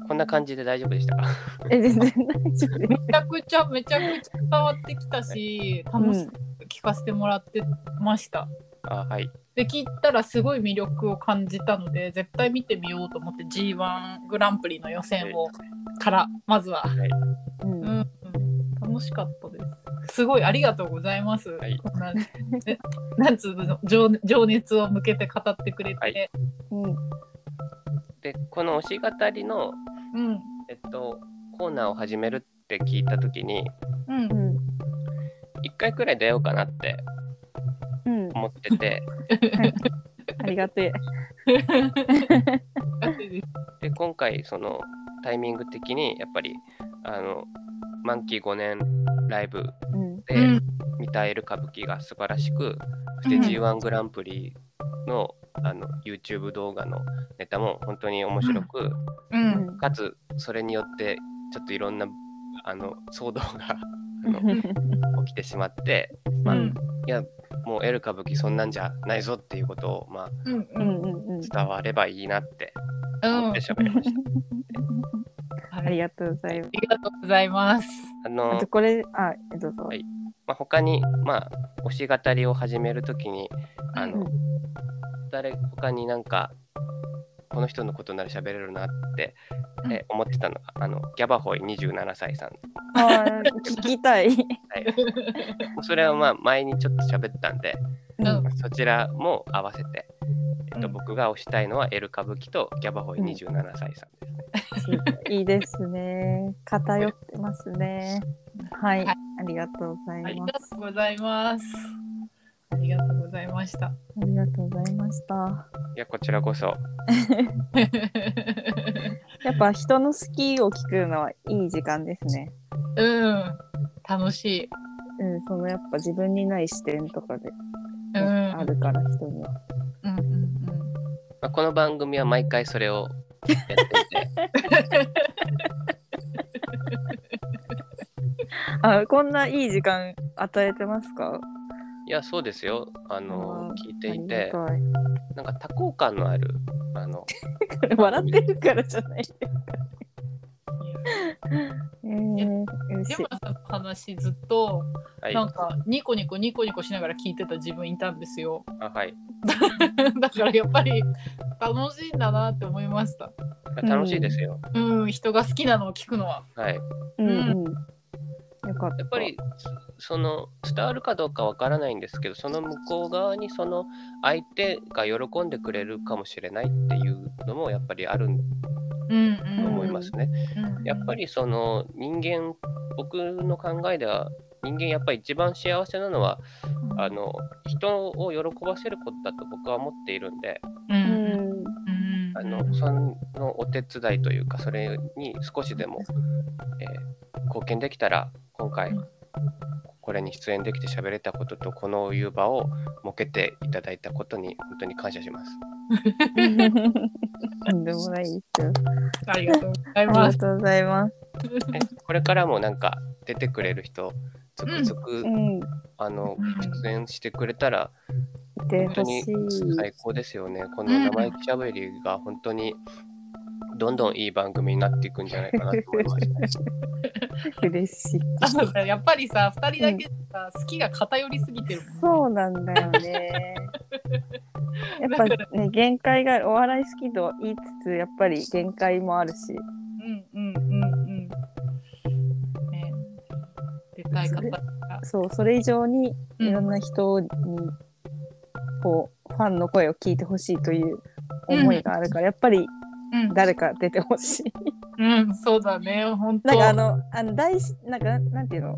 Speaker 3: こんな感じで大丈夫でしたか
Speaker 1: え、全然大丈夫で
Speaker 2: うんめちゃくちゃめちゃくちゃ伝わってきたし楽しく聞かせてもらってました。
Speaker 3: あはい
Speaker 2: で聞いたらすごい魅力を感じたので絶対見てみようと思って G1 グランプリの予選をからまずは、
Speaker 1: す。うん
Speaker 2: うん、楽しかったですすごいありがとうございます、
Speaker 3: はい
Speaker 2: こんなえなんつうの情情熱を向けて語ってくれて、
Speaker 3: はい
Speaker 1: うん
Speaker 3: でこの推し語りの
Speaker 2: うん
Speaker 3: えっと、コーナーを始めるって聞いたときに、
Speaker 2: うん
Speaker 1: う、ん
Speaker 3: 1回くらい出ようかなって
Speaker 1: うん
Speaker 3: 思っ てて、
Speaker 1: ありがて
Speaker 3: で、今回、そのタイミング的に、やっぱり、あの、満期5年ライブ
Speaker 1: え。うん
Speaker 3: で
Speaker 2: うん
Speaker 3: 見たえる歌舞伎が素晴らしく、そ
Speaker 2: うん
Speaker 3: して G1 グランプリのあの YouTube 動画のネタも本当に面白く、
Speaker 2: う
Speaker 1: うんん
Speaker 3: かつ、それによって、ちょっといろんな、あの、騒動があの起きてしまって、まあ、
Speaker 2: うん
Speaker 3: いやもうエル歌舞伎そんなんじゃないぞっていうことを、まあ、
Speaker 2: うん
Speaker 1: う
Speaker 2: うんん
Speaker 1: うんうん
Speaker 3: 伝わればいいなって
Speaker 2: うん
Speaker 3: 思って喋りま した。
Speaker 1: ありがとうございます。
Speaker 2: ありがとうございます
Speaker 3: あ
Speaker 1: あ
Speaker 3: の
Speaker 1: と、これ、あ、どうぞ。
Speaker 3: はいまあ、他に、まあ、推し語りを始めるときにあの、
Speaker 1: うん
Speaker 3: 誰他になんかこの人のことなら喋れるなって、
Speaker 2: うん
Speaker 3: え思ってたのがあのギャバホイ27歳さん、
Speaker 1: はい聞きたい。
Speaker 3: はい、それはまあ前にちょっと喋ったんで、
Speaker 2: うん
Speaker 1: うん
Speaker 3: そちらも合わせて、えっと、
Speaker 2: うん
Speaker 3: 僕が推したいのはエル歌舞伎とギャバホイ
Speaker 1: うん
Speaker 3: 27歳さんですね。
Speaker 1: いいですね。偏ってますね。はい、
Speaker 2: はい
Speaker 1: ありがとうござい
Speaker 2: あり
Speaker 1: ま
Speaker 2: が
Speaker 1: す
Speaker 2: と。うございます。ありがとうございました。
Speaker 1: ありがとうございました。
Speaker 3: いやこちらこそ
Speaker 1: やっぱ人の好きを聞くのはいい時間ですね。
Speaker 2: うん、楽しい。
Speaker 1: うん、そのやっぱ自分にない視点とかで、
Speaker 2: うん、
Speaker 1: あるから人には。
Speaker 2: うん、うん、うん。
Speaker 3: まあ、この番組は毎回それをやっ てて
Speaker 1: あ、こんないい時間与えてますか？
Speaker 3: いやそうですよあの
Speaker 1: あー
Speaker 3: 聞いてい
Speaker 1: あり
Speaker 3: て
Speaker 1: がたい
Speaker 3: なんか多幸感のあるあの
Speaker 1: これ 笑ってるからじゃない。えー、嬉
Speaker 2: ジ
Speaker 1: しい
Speaker 2: ェ。マさんの話ずっと
Speaker 3: はい
Speaker 2: なんかニコニコニコニコしながら聞いてた自分いたんですよ
Speaker 3: あはい
Speaker 2: だからやっぱり楽しいんだなって思いました
Speaker 3: 楽しいですよ、
Speaker 2: うん人が好きなのを聞くのは
Speaker 3: はい
Speaker 1: うん
Speaker 2: うん
Speaker 1: うん。よかった。
Speaker 3: やっぱりそその伝わるかどうかわからないんですけどその向こう側にその相手が喜んでくれるかもしれないっていうのもやっぱりある
Speaker 2: うん
Speaker 3: と
Speaker 2: うん
Speaker 3: 思いますね。
Speaker 2: うん
Speaker 3: やっぱりその人間僕の考えでは人間やっぱり一番幸せなのはあの人を喜ばせることだと僕は思っているんで
Speaker 2: う
Speaker 1: うん ん。
Speaker 2: うん
Speaker 3: あのそのお手伝いというかそれに少しでも、えー貢献できたら今回
Speaker 2: うん
Speaker 3: これに出演できて喋れたこととこのいう場を設けていただいたことに本当に感謝します。
Speaker 1: とんでもないですよ。
Speaker 2: ありがとうござい
Speaker 1: ありが
Speaker 2: ます
Speaker 1: とうございます。
Speaker 3: ねこれからもなんか出てくれる人つくつく、
Speaker 1: うん。い
Speaker 3: あの出演してくれたら
Speaker 1: てほしい。
Speaker 3: 最高ですよね。この生意気しゃべりが本当にどんどんいい番組になっていくんじゃないかなと思いました。
Speaker 1: 嬉しい。
Speaker 2: あの さやっぱりさ二人だけでさ好きが偏りすぎてるもんね
Speaker 1: そうなんだよ ね。やっぱね限界がお笑い好きと言いつつやっぱり限界もあるし
Speaker 2: うんうんうんうんね出たい方が
Speaker 1: そうそれ以上に
Speaker 2: うん
Speaker 1: いろんな人に、こうファンの声を聞いてほしいという思いがあるから、やっぱり
Speaker 2: うん
Speaker 1: 誰か出てほしい。
Speaker 2: うん、そうだね、本当。
Speaker 1: なんかあのあの大しなんかなんていうの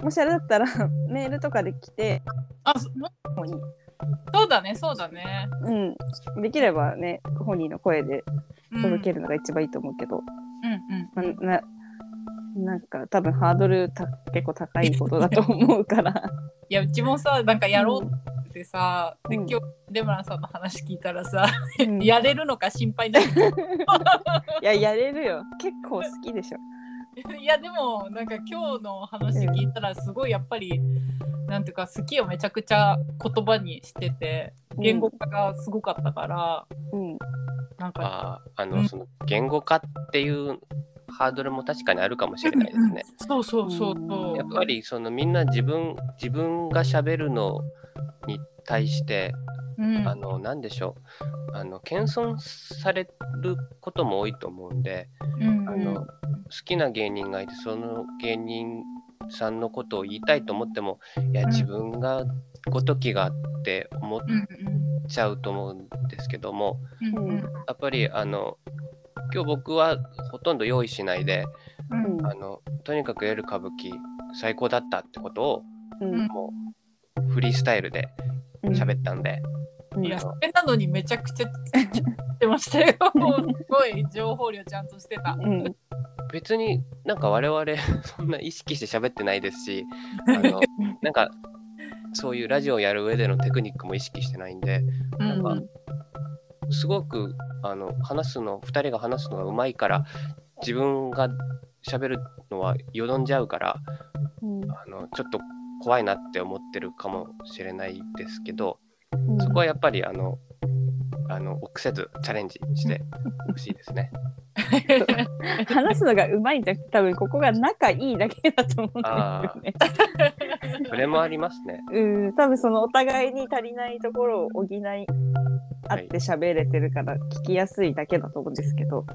Speaker 1: もしあれだったら メールとかで来て
Speaker 2: あそ
Speaker 1: もいい、
Speaker 2: そうだね、そうだね。
Speaker 1: うん、できればね本人の声で
Speaker 2: うん
Speaker 1: 届けるのが一番いいと思うけど、
Speaker 2: うんうん
Speaker 1: まあななんか多分ハードルた結構高いことだと思うから
Speaker 2: いや、うちもさ、なん かやろうってさ、で
Speaker 1: うん
Speaker 2: 今日、デムランさんの話聞いたらさ、
Speaker 1: うんい
Speaker 2: やれるのか心配だけ
Speaker 1: ややれるよ結構好きでしょ
Speaker 2: ど。 いや、でも、なんか今日の話聞いたら、すごいやっぱり、なんていうか、好きをめちゃくちゃ言葉にしてて、言語化がすごかったから、
Speaker 1: うん、うん
Speaker 2: なんか、
Speaker 3: あーあ
Speaker 2: う
Speaker 3: の
Speaker 2: ん
Speaker 3: その言語化っていうハードルも確かにあるかもしれないですね。
Speaker 2: そうそうそうそう。
Speaker 3: やっぱりそのみんな自分自分が喋るのに対して
Speaker 2: うん、
Speaker 3: あの何でしょうあの謙遜されることも多いと思うんで
Speaker 2: うん、
Speaker 3: あの好きな芸人がいてその芸人さんのことを言いたいと思ってもいや
Speaker 2: うん
Speaker 3: 自分がごときがあって思っ
Speaker 2: うん
Speaker 3: ちゃうと思うんですけども
Speaker 2: うんうんうん
Speaker 3: やっぱりあの今日僕はほとんど用意しないで
Speaker 2: うん
Speaker 3: あのとにかくエル歌舞伎最高だったってことを
Speaker 1: うん
Speaker 3: もうフリースタイルで
Speaker 1: うん
Speaker 3: 喋ったんで、
Speaker 1: うん
Speaker 2: いや、それなのにめちゃくちゃ聞ってましたよ。 もうすごい情報量ちゃんとしてた。
Speaker 1: うん
Speaker 3: 別になんか我々 そんな意識して喋ってないですしあのなんかそういうラジオをやる上でのテクニックも意識してないんで
Speaker 1: う
Speaker 2: う
Speaker 1: ん
Speaker 2: ん
Speaker 1: うん
Speaker 3: すごくあの話すの2人が話すのがうまいから自分が喋るのはよどんじゃうからあのちょっと怖いなって思ってるかもしれないですけど
Speaker 1: うん
Speaker 3: そこはやっぱりあのあの臆せずチャレンジしてほしいですね。
Speaker 1: 話すのがうまいんじゃなくて多分ここが仲いいだけだと思うんですよね。
Speaker 3: それもありますね。
Speaker 1: うん多分そのお互いに足りないところを補いあって喋れてるから聞きやすいだけだと思うんですけど、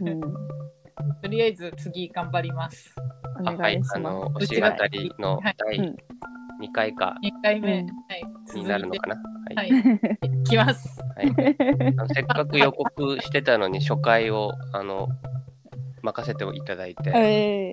Speaker 1: うん、
Speaker 2: とりあえず次頑張ります。
Speaker 1: お
Speaker 3: あは
Speaker 1: 願い
Speaker 3: い
Speaker 1: し、
Speaker 3: あの、
Speaker 1: ます。
Speaker 2: う
Speaker 3: 推
Speaker 2: ち
Speaker 3: し
Speaker 2: が
Speaker 3: 語りの
Speaker 2: はい
Speaker 3: 第
Speaker 1: うん
Speaker 3: 2回か
Speaker 2: 2回目、
Speaker 1: うん
Speaker 2: はい、続
Speaker 3: に
Speaker 2: い
Speaker 3: なるの
Speaker 2: て、
Speaker 3: かな。は
Speaker 2: はいい、いきます。
Speaker 3: はいあのせっかく予告してたのに、初回を、あの、任せていただいて、はい
Speaker 1: え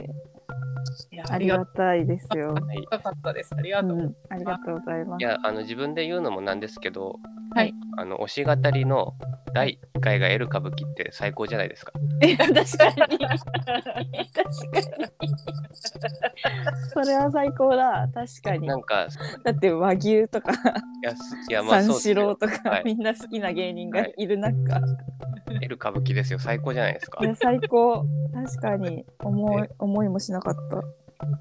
Speaker 2: いや
Speaker 1: ー、あ
Speaker 2: あ
Speaker 1: り
Speaker 2: り
Speaker 1: が
Speaker 2: が
Speaker 1: たいですよ。
Speaker 2: たかったです。ありが
Speaker 1: う
Speaker 2: とう。
Speaker 1: ん、ありがとうございま
Speaker 3: い
Speaker 1: す。
Speaker 3: やあの自分で言うのもなんですけど、
Speaker 2: はい、
Speaker 3: あの推し語りの第1回が「エル歌舞伎」って最高じゃないですか。
Speaker 1: 確かにそれは最高だ。確かに
Speaker 3: な。んかい
Speaker 1: だって和牛とか
Speaker 3: やすいやまあ
Speaker 1: 三
Speaker 3: そうです
Speaker 1: 四郎
Speaker 3: よ
Speaker 1: とか、
Speaker 3: はい
Speaker 1: みんな好きな芸人がいる中、
Speaker 3: エル歌舞伎ですよ最高じゃないですか
Speaker 1: い、。や最高確かに思い思いもしなか っ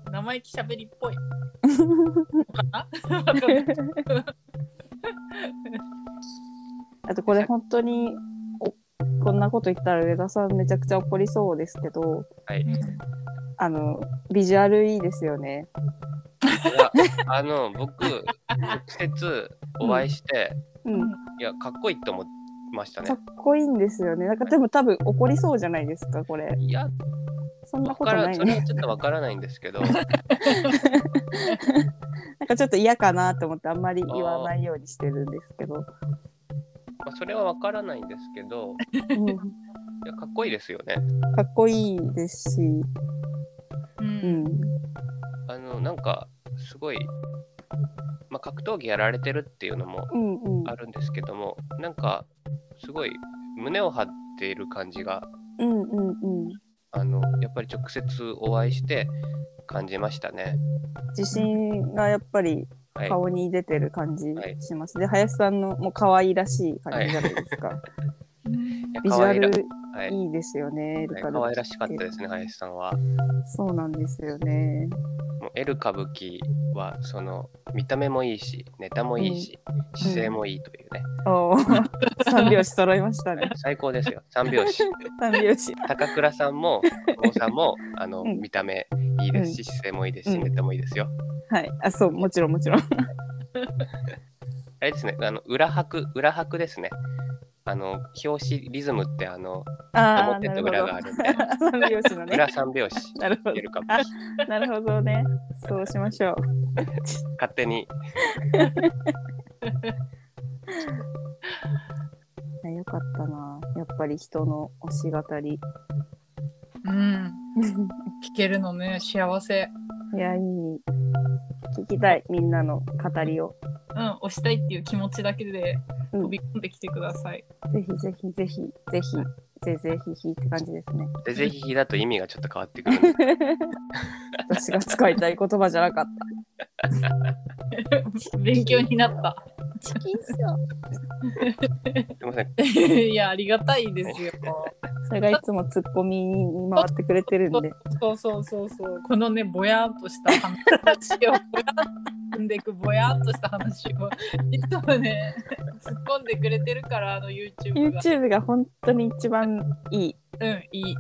Speaker 1: た。
Speaker 2: 生意気しゃべりっぽいのかな わかんない
Speaker 1: あとこれ本当におこんなこと言ったら上田さんめちゃくちゃ怒りそうですけど
Speaker 3: はい、
Speaker 1: あのビジュアルいいですよね。
Speaker 3: いやあの僕直接お会いして、
Speaker 1: うん、
Speaker 3: いやかっこいいと思いましたね
Speaker 1: かっ。こいいんですよね。なんかでも多分怒りそうじゃないですかこれ。
Speaker 3: いや
Speaker 1: そんな
Speaker 3: わ
Speaker 1: こ
Speaker 3: か
Speaker 1: とな
Speaker 3: ら
Speaker 1: い
Speaker 3: それ
Speaker 1: ね。
Speaker 3: はちょっとわからないんで すけど
Speaker 1: なんかちょっと嫌かなと思ってあんまり言わないようにしてるんですけど。
Speaker 3: まあそれはわからないんですけど
Speaker 1: うん
Speaker 3: いやかっこいいですよね。
Speaker 1: かっこいいですし、
Speaker 2: う
Speaker 1: うんん、
Speaker 3: あのなんかすごい、まあ、格闘技やられてるっていうのも
Speaker 1: うんうん
Speaker 3: あるんですけどもなんかすごい胸を張っている感じが
Speaker 1: うんうんうん
Speaker 3: あのやっぱり直接お会いして感じましたね。
Speaker 1: 自信がやっぱり
Speaker 3: はい、
Speaker 1: 顔に出てる感じ
Speaker 3: はい
Speaker 1: します。で林さんのもう可愛らしい感じじゃないです か。
Speaker 3: いや
Speaker 1: ビジ
Speaker 3: 可
Speaker 1: ュア
Speaker 3: 愛ら
Speaker 1: ル
Speaker 3: はいはい
Speaker 1: いいですよね。ルカル
Speaker 3: 可愛らしかったですね林さんは。
Speaker 1: そうなんですよね。
Speaker 3: もうエル歌舞伎はその見た目もいいしネタもいいし、姿勢もいいというね、
Speaker 1: おー 三拍子揃いました ね。
Speaker 3: 最高ですよ三拍子
Speaker 1: 三拍子。
Speaker 3: 高倉さんも久保さんもあの、
Speaker 1: うん
Speaker 3: 見た目いいですし姿勢もいいですし、
Speaker 1: うん
Speaker 3: ネタもいいですよ。
Speaker 1: はい。あ、そう、もちろんもちろん。
Speaker 3: あれですね、あの裏拍、裏拍ですね。あの表紙リズムってあの
Speaker 1: ああ、
Speaker 3: 表
Speaker 1: な
Speaker 3: と
Speaker 1: るほ
Speaker 3: 裏
Speaker 1: ど
Speaker 3: が。あ るんで、
Speaker 1: 三拍子のね
Speaker 3: 裏。三拍子
Speaker 1: なるほ
Speaker 3: いる
Speaker 1: ど
Speaker 3: かも。
Speaker 1: あ、なるほどね。そうしましょう。
Speaker 3: 勝手に
Speaker 1: いやよかったな。やっぱり人の推し語り。
Speaker 2: うん、聞けるのね幸せ。
Speaker 1: いや、いい。聞きたい、みんなの語りを。
Speaker 2: うん、押したいっていう気持ちだけで
Speaker 1: うん
Speaker 2: 飛び込んできてください。
Speaker 1: ぜひぜひぜひぜひぜぜひひって感じですね。
Speaker 3: ぜぜひひだと意味がちょっと変わってくるんで。
Speaker 1: 私が使いたい言葉じゃなかっ
Speaker 2: 勉強に なった。
Speaker 1: た。チキンショ
Speaker 3: すみません。
Speaker 2: いやありがたいですよ。
Speaker 1: それがいつもツッコミに回ってくれてるんで。
Speaker 2: そうそうそうそうこのねぼやっとした話をぼやっとんでいくぼやっとした話をいつも ね突っ込んでくれてるからあの YouTube が
Speaker 1: YouTube が本当に一番いい。
Speaker 2: うんいい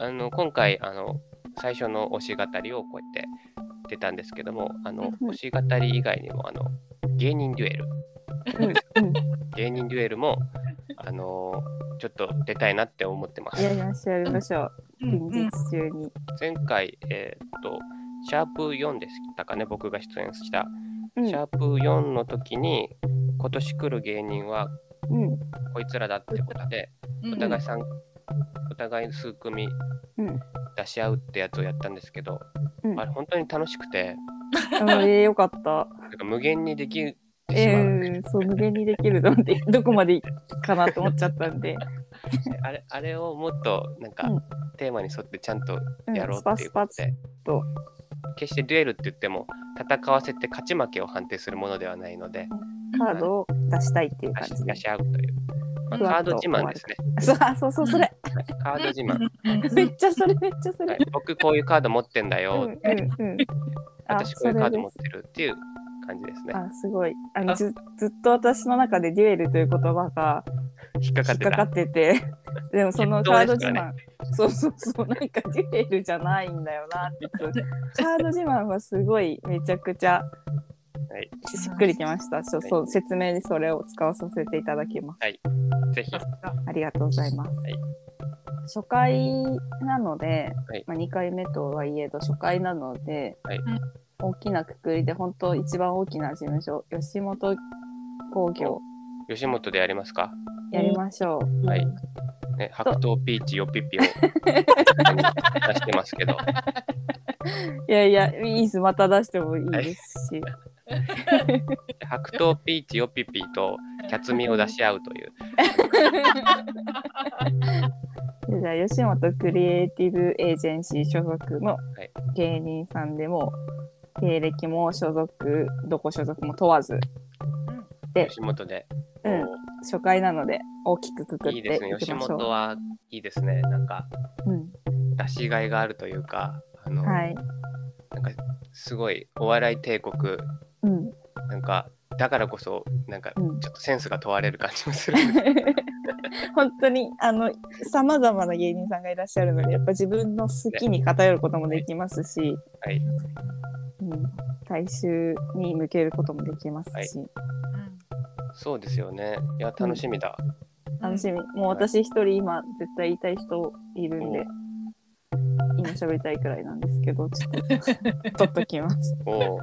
Speaker 3: あの今回あの最初の推し語りをこうやって出たんですけども、あの
Speaker 1: うん
Speaker 3: 推し語り以外にもあの芸人デュエル、
Speaker 1: うんうん、
Speaker 3: 芸人デュエルもあのちょっと出たいなって思ってます。
Speaker 1: やりましょうやりましょう。
Speaker 2: うん
Speaker 1: 近
Speaker 2: うん
Speaker 1: 日中に。
Speaker 3: 前回えーっとシャープ4でしたかね、僕が出演した
Speaker 1: うん
Speaker 3: シャープ4の時に今年来る芸人は
Speaker 1: うん
Speaker 3: こいつらだってことで
Speaker 2: うん
Speaker 3: お互いさんお互い数組
Speaker 1: うん
Speaker 3: 出し合うってやつをやったんですけど、
Speaker 1: うん
Speaker 3: あれ本当に楽しくて
Speaker 1: あ。ええよかった。
Speaker 3: なんか無限にできて
Speaker 1: え
Speaker 3: し
Speaker 1: え
Speaker 3: まう、
Speaker 1: そう無限にできるのでどこまでいいかなと思っちゃったんで。
Speaker 3: あれあれをもっとなんか、
Speaker 1: うん
Speaker 3: テーマに沿ってちゃんと
Speaker 1: うん
Speaker 3: やろう
Speaker 1: スパ
Speaker 3: ってい
Speaker 1: ス
Speaker 3: うこ
Speaker 1: パ
Speaker 3: と
Speaker 1: ス
Speaker 3: で、
Speaker 1: と
Speaker 3: 決してデュエルって言っても戦わせて勝ち負けを判定するものではないので
Speaker 1: カードを出したいっていう感
Speaker 3: 出し
Speaker 1: じで
Speaker 3: 出。し合うという、まあ
Speaker 1: ふわ
Speaker 3: カ
Speaker 1: っ
Speaker 3: ー
Speaker 1: と
Speaker 3: ド自慢ですね
Speaker 1: そうあそうそうそれ。
Speaker 3: カード自 慢、
Speaker 2: うんうん
Speaker 1: めっちゃそれめっちゃそ
Speaker 3: は
Speaker 1: れ
Speaker 3: い。、僕こういうカード持ってんだ
Speaker 1: うん
Speaker 3: よ、
Speaker 1: うんうん。あ
Speaker 3: 私こういうカード持っ
Speaker 1: それです
Speaker 3: てるっていう感じですね
Speaker 1: あすごいあの
Speaker 2: あ
Speaker 1: ずずっと私の中でデュエルという言葉が
Speaker 3: 引っかか
Speaker 1: 引
Speaker 3: っ
Speaker 1: って
Speaker 3: た
Speaker 1: かかってて でもそ のカード自慢、そうそうそうなんかデュエルじ ゃないんだよなってカード自慢はすごいめちゃくちゃ
Speaker 3: はい
Speaker 1: しっくりきました。そうそう説明でそれを使わさせていただきます。
Speaker 3: ぜひ
Speaker 2: さすが
Speaker 1: ありがとうございます。
Speaker 3: い
Speaker 1: 初回なので、
Speaker 3: はい
Speaker 1: まあ、2回目とはいえど初回なので、
Speaker 3: はい
Speaker 1: 大きなくくりで本当一番大きな事務所吉本興業
Speaker 3: 吉本でやりますか
Speaker 1: やりましょう。
Speaker 3: はいね、白桃ピーチよピピを出してますけど、
Speaker 1: いやいやいいですまた出してもいいですし、
Speaker 3: 白桃ピーチよピピとキャツミを出し合うという、
Speaker 1: じゃあ吉本クリエイティブエージェンシー所属の
Speaker 3: い
Speaker 1: 芸人さんでも経歴も所属どこ所属も問わずで
Speaker 3: 吉本で。
Speaker 1: うん初回なので大きくくくってい
Speaker 3: いいですね、
Speaker 1: き
Speaker 3: 吉
Speaker 1: ましょ
Speaker 3: 本
Speaker 1: う。
Speaker 3: はいいですね、なんか
Speaker 1: うん
Speaker 3: 出しがいがあるというか、あの
Speaker 1: はい
Speaker 3: なんかすごいお笑い帝国、
Speaker 1: うん
Speaker 3: なんかだからこそ、なんか
Speaker 1: うん
Speaker 3: ちょっとセンスが問われる感じもする。
Speaker 1: 本当にあのさまざまな芸人さんがいらっしゃるのでやっぱ自分の好きに偏ることもできますし、
Speaker 3: はい、
Speaker 1: うん、大衆に向けることもできますし、
Speaker 3: そうですよね、いや、楽しみだ。
Speaker 1: 楽しみもう私一人今絶対言いたい人いるんで、今喋りたいくらいなんですけどちょっと取っとき ます。
Speaker 3: おお、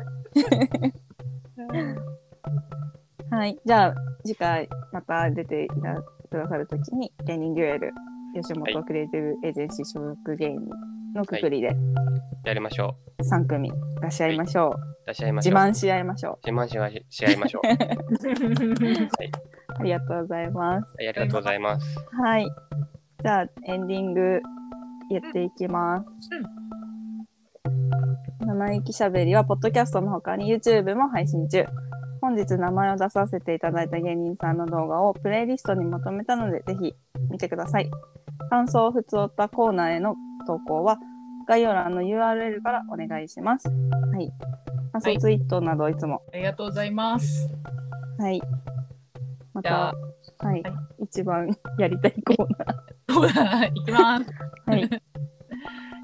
Speaker 1: はい、じゃあ次回また出ていらくださるときに芸人デュエル吉
Speaker 3: は
Speaker 1: 本クリエイティブエージェンシー所属芸人のくくりで
Speaker 3: やりましょ
Speaker 1: 3組出し合いましょう、
Speaker 3: う。出し合いまし
Speaker 1: 自
Speaker 3: ょう。
Speaker 1: 慢し合いましょ
Speaker 3: 自慢し合いし合い ましょう。
Speaker 1: うありがとうございます
Speaker 3: はい、ありがとうございます。
Speaker 1: はいじゃあエンディングやっていきます、生意気しゃべりはポッドキャストのほかに YouTube も配信中本日名前を出させていただいた芸人さんの動画をプレイリストにまとめたのでぜひ見てください感想ふつおったコーナーへの投稿は概要欄の URL からお願いしますはい感想ツイートなどいつも
Speaker 2: ありがとうございます。
Speaker 1: はい。ま
Speaker 2: じゃあ
Speaker 1: た、はい
Speaker 2: は、
Speaker 1: 一番 やりたいコー
Speaker 2: そうだ、いきます。
Speaker 1: ナー。 はい。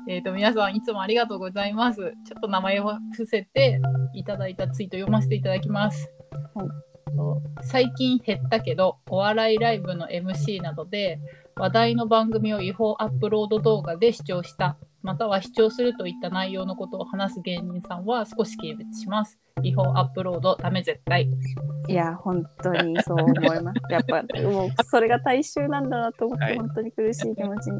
Speaker 2: えっと、皆さんいつもありがとうございます。ちょっと名前を伏せていただいたツイート読ませていただきます。
Speaker 1: はい
Speaker 2: と最近減ったけど、お笑いライブの MC などで話題の番組を違法アップロード動画で視聴した、または視聴するといった内容のことを話す芸人さんは少し軽蔑します。違法アップロードダメ絶対。
Speaker 1: いや、本当にそう思います。やっぱ、もう、それが大衆なんだなと思っ
Speaker 3: は
Speaker 1: て、
Speaker 3: い
Speaker 1: 本当に苦しい気持ちに。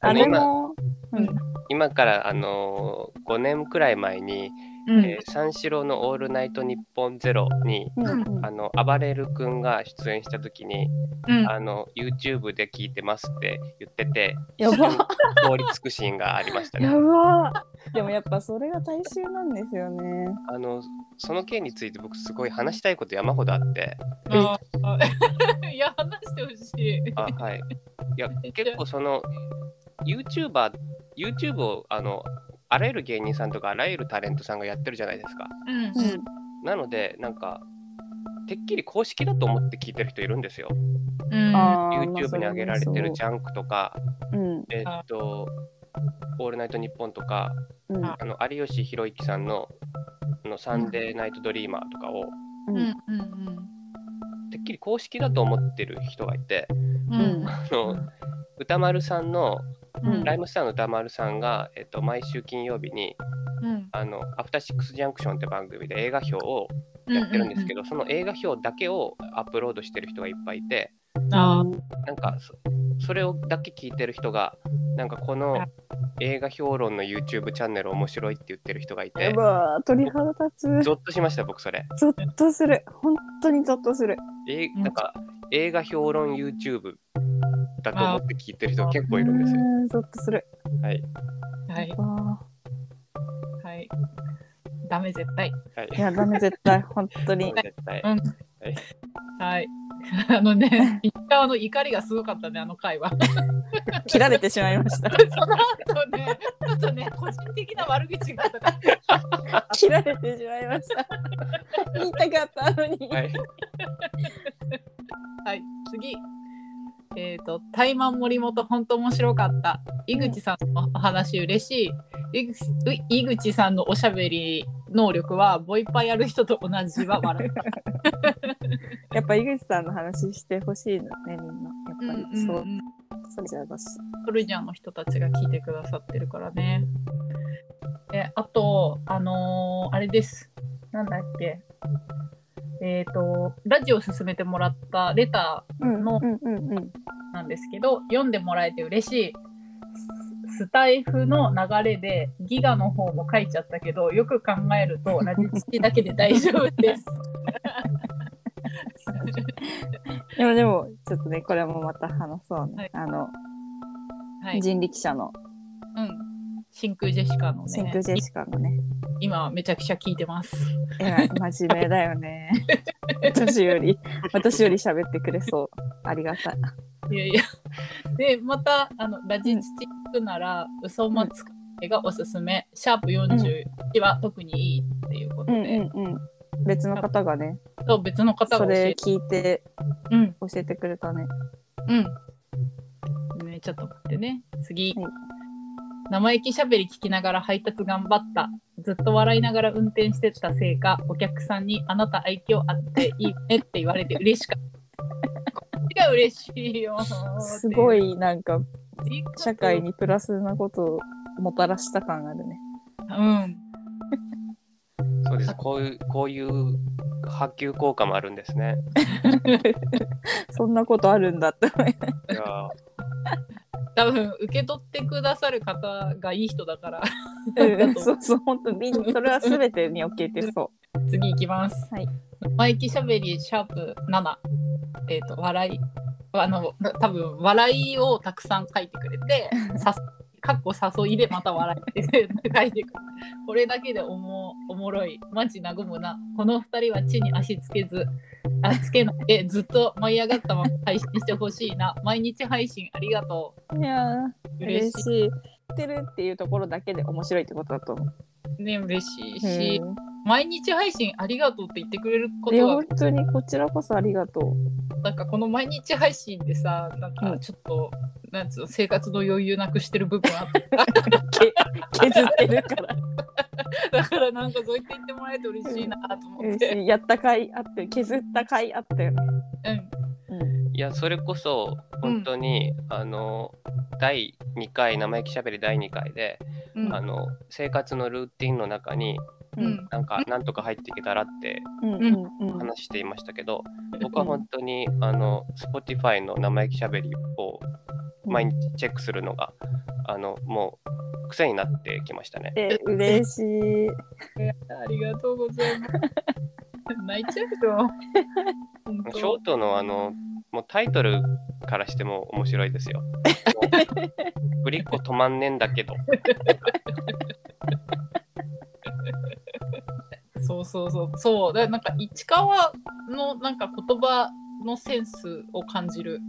Speaker 3: あ
Speaker 1: あ
Speaker 3: の
Speaker 1: れも、う
Speaker 2: 今
Speaker 1: ん。
Speaker 3: 今から、あのー、5年くらい前に、
Speaker 2: うん
Speaker 3: えー三四郎の「オールナイトニッポンゼロに
Speaker 1: うんうん
Speaker 3: あの暴れる君が出演した時に、
Speaker 2: うん
Speaker 3: あの YouTube で聞いてますって言ってて
Speaker 1: やば
Speaker 3: 一瞬通りつくシーンがありました
Speaker 1: や
Speaker 3: ね。
Speaker 1: ばーでもやっぱそれが大衆なんですよね。
Speaker 3: あのその件について僕すごい話したいこと山ほどあって
Speaker 2: あー いや、話してほしい。
Speaker 3: あはいいや結構その YouTuber YouTube をあのあらゆる芸人さんとかあらゆるタレントさんがやってるじゃないですか
Speaker 2: うん
Speaker 3: なのでなんかてっきり公式だと思って聞いてる人いるんですよ
Speaker 2: うん
Speaker 1: あー
Speaker 3: YouTube に上げられてるジャンクとか、
Speaker 1: ゃん。うん。
Speaker 3: えーっと、オールナイトニッポンとか、
Speaker 1: うん。
Speaker 3: あの有吉弘行さんのあのサンデーナイトドリーマーとかを、
Speaker 1: う
Speaker 2: うんんうん
Speaker 3: てっきり公式だと思ってる人がいて、
Speaker 2: うん
Speaker 1: うん
Speaker 3: あの歌丸さんの、
Speaker 2: うん
Speaker 3: ライムスターの歌丸さんが、えーっと、毎週金曜日に
Speaker 2: うん
Speaker 3: あの、アフターシックスジャンクションって番組で映画表をやってるんですけど、その映画表だけをアップロードしてる人がいっぱいいて、
Speaker 2: あ
Speaker 3: なんかそそれをだけ聞いてる人がなんかこの
Speaker 2: はい
Speaker 3: 映画評論の YouTube チャンネル面白いって言ってる人がい
Speaker 1: や
Speaker 3: て
Speaker 1: ばー鳥肌立
Speaker 3: ゾッとしました僕それ
Speaker 1: つ。ゾッとする。本当にゾッとする。
Speaker 3: え
Speaker 2: うん
Speaker 3: なんか映画評論 YouTube だと思って聞いてる人結構いるんですよ
Speaker 1: うんゾッとする。
Speaker 3: はい
Speaker 2: あはい
Speaker 1: あ
Speaker 2: はいダメ絶対
Speaker 3: はい
Speaker 1: ーいや、ダメ、絶対。本当に。
Speaker 3: 絶対
Speaker 2: うん
Speaker 3: はい
Speaker 2: はい あのね石川の怒りがすごかったねあの 会話そ
Speaker 1: 切られてしまいました。
Speaker 2: の後ねちょっとね個人的な悪口がとか
Speaker 1: 切られてしまいま した。言いたかったのに。
Speaker 3: はい
Speaker 2: はい次えっ、と「タイマン森本本当面白かった」井口さんのお話嬉しい井口井口さんのおしゃべり能力はボイパやる人と同じは笑った。
Speaker 1: やっぱ井口さんの話してほしいのね、みんな。やっぱり、そう、
Speaker 2: うん
Speaker 1: そうじゃだし。
Speaker 2: ソルジャーの人たちが聞いてくださってるからね。えあと、あのーあれです。なんだっけ。えっ、と、ラジオ進めてもらったレタ
Speaker 1: うん、
Speaker 2: の
Speaker 1: うん、うん、うん。
Speaker 2: ーなんですけど、読んでもらえて嬉しい。ススタイフの流れでギガの方も書いちゃったけど、よく考えるとラジチだけで大丈夫です。
Speaker 1: でも、でも、ちょっとね、これもまた話そうね。
Speaker 2: はい
Speaker 1: あの、
Speaker 2: はい。
Speaker 1: 人力車の、
Speaker 2: うん。真空ジェシカの
Speaker 1: 真
Speaker 2: ね
Speaker 1: 空、ジェシカのね、
Speaker 2: 今めちゃくちゃ聞いてます。
Speaker 1: えらい真面目だよね。 私より、私より喋ってくれそう。ありがたい。
Speaker 2: いや いや。で、また、あの、ラジチチ聞くなら、嘘まつくがおすすめ、シャープ41は特にいいっていうこと
Speaker 1: う
Speaker 2: で、
Speaker 1: ん、うん、うん。別の方がね、
Speaker 2: そう別の方
Speaker 1: そ
Speaker 2: が教
Speaker 1: れ
Speaker 2: えて、
Speaker 1: 聞いて
Speaker 2: うん、
Speaker 1: 教えてくれたね。
Speaker 2: うん。ね、ちょっと待ってね。次。
Speaker 1: はい
Speaker 2: 生意気しゃべり聞きながら配達頑張った。ずっと笑いながら運転してたせいか、お客さんにあなた愛嬌あっていいねって言われて嬉しかった。こっちが嬉しいよ。
Speaker 1: すご
Speaker 2: い
Speaker 1: い、なんか、
Speaker 2: う。
Speaker 1: 社会にプラスなことをもたらした感あるね。
Speaker 2: うん。
Speaker 3: そうです。こういう、こういう波及効果もあるんですね。
Speaker 1: そんなことあるんだって思い
Speaker 3: いやー
Speaker 2: 多分受け取ってくださる方がいい人だから
Speaker 1: うんそうそう、本当みんそれは全てに置けてそ
Speaker 2: 次いきます、
Speaker 1: はい、
Speaker 2: 生意気しゃべりシャープ7えっ、と笑いあの多分笑いをたくさん書いてくれ てさかっこ誘いでまた笑いって書いてくるこれだけでおもおもろいマジ和むなこの2人は地に足つけずあつけないでずっと舞い上がったまま配信してほしいな毎日配信ありがと
Speaker 1: う。いやー、
Speaker 2: う
Speaker 1: 嬉
Speaker 2: 嬉
Speaker 1: し
Speaker 2: し
Speaker 1: い。ってるっていうところだけで面白いってことだと思う。
Speaker 2: いね嬉しいし、
Speaker 1: うん
Speaker 2: 毎日配信ありがとうって言ってくれるこ
Speaker 1: いや
Speaker 2: とは
Speaker 1: 本当にこちらこそありがとう。
Speaker 2: なんかこの毎日配信でさなん
Speaker 1: う
Speaker 2: か
Speaker 1: ん
Speaker 2: ちょっと、なんつうの生活の余裕なくしてる部分あって
Speaker 1: け削ってるから。
Speaker 2: だからなんかそう言って言ってもらえて嬉しいなと思っ
Speaker 1: 嬉
Speaker 2: て、
Speaker 1: しいやったかいあって削ったかいあって。
Speaker 2: うん、
Speaker 1: うん、
Speaker 3: いや、それこそ、本当に、あの、第2回、生意気しゃべり第2回で、
Speaker 2: うん
Speaker 3: あの、生活のルーティンの中に、
Speaker 2: う
Speaker 1: うんん、
Speaker 3: なんか、なんとか入っていけたらって
Speaker 1: うん、うん、うん。
Speaker 3: 話していましたけど、僕は本当に、あの、Spotify の生意気しゃべりを毎日チェックするのが、あの、もう、癖になってきましたね。
Speaker 1: え、嬉しい。
Speaker 2: ありがとうございます泣いちゃうよ本
Speaker 3: ショ
Speaker 2: 当
Speaker 3: ートのあの、もうタイトルからしても面白いです よ。もうぶりっ子止まんねんだけど。
Speaker 2: そうそうそうそうだからなんか市川のなんか言葉のセンスを感じる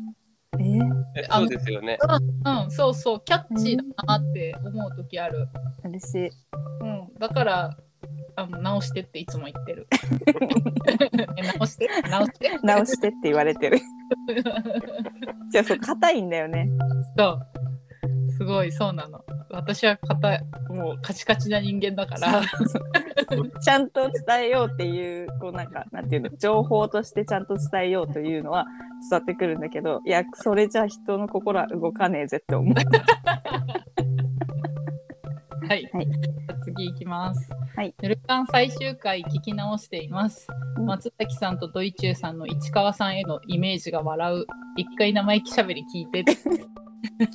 Speaker 1: え、
Speaker 2: あ
Speaker 3: そうですよね。
Speaker 2: うんそうそうキャッチーだなって思う時ある
Speaker 1: 嬉しい。
Speaker 2: うん、だからあの直してっていつも言 ってる。直して直して
Speaker 1: 直してって言われてる。
Speaker 2: そ
Speaker 1: じゃあ、そう、硬いんだよね。
Speaker 2: うすごいそうなの。私は硬いもうカチカチな人間だから。
Speaker 1: ちゃんと伝えようっていう、こうなんか、なんていうの、情報としてちゃんと伝えようというのは伝わってくるんだけど、いや、それじゃ人の心は動かねえぜって 思う。
Speaker 2: はい、
Speaker 1: はい
Speaker 2: じゃあ次いきます。
Speaker 1: はい、
Speaker 2: ぬるかん最終回聞き直しています。
Speaker 1: うん
Speaker 2: 松崎さんとドイチューさんの市川さんへのイメージが笑う。一回生意気しゃべり聞い てって。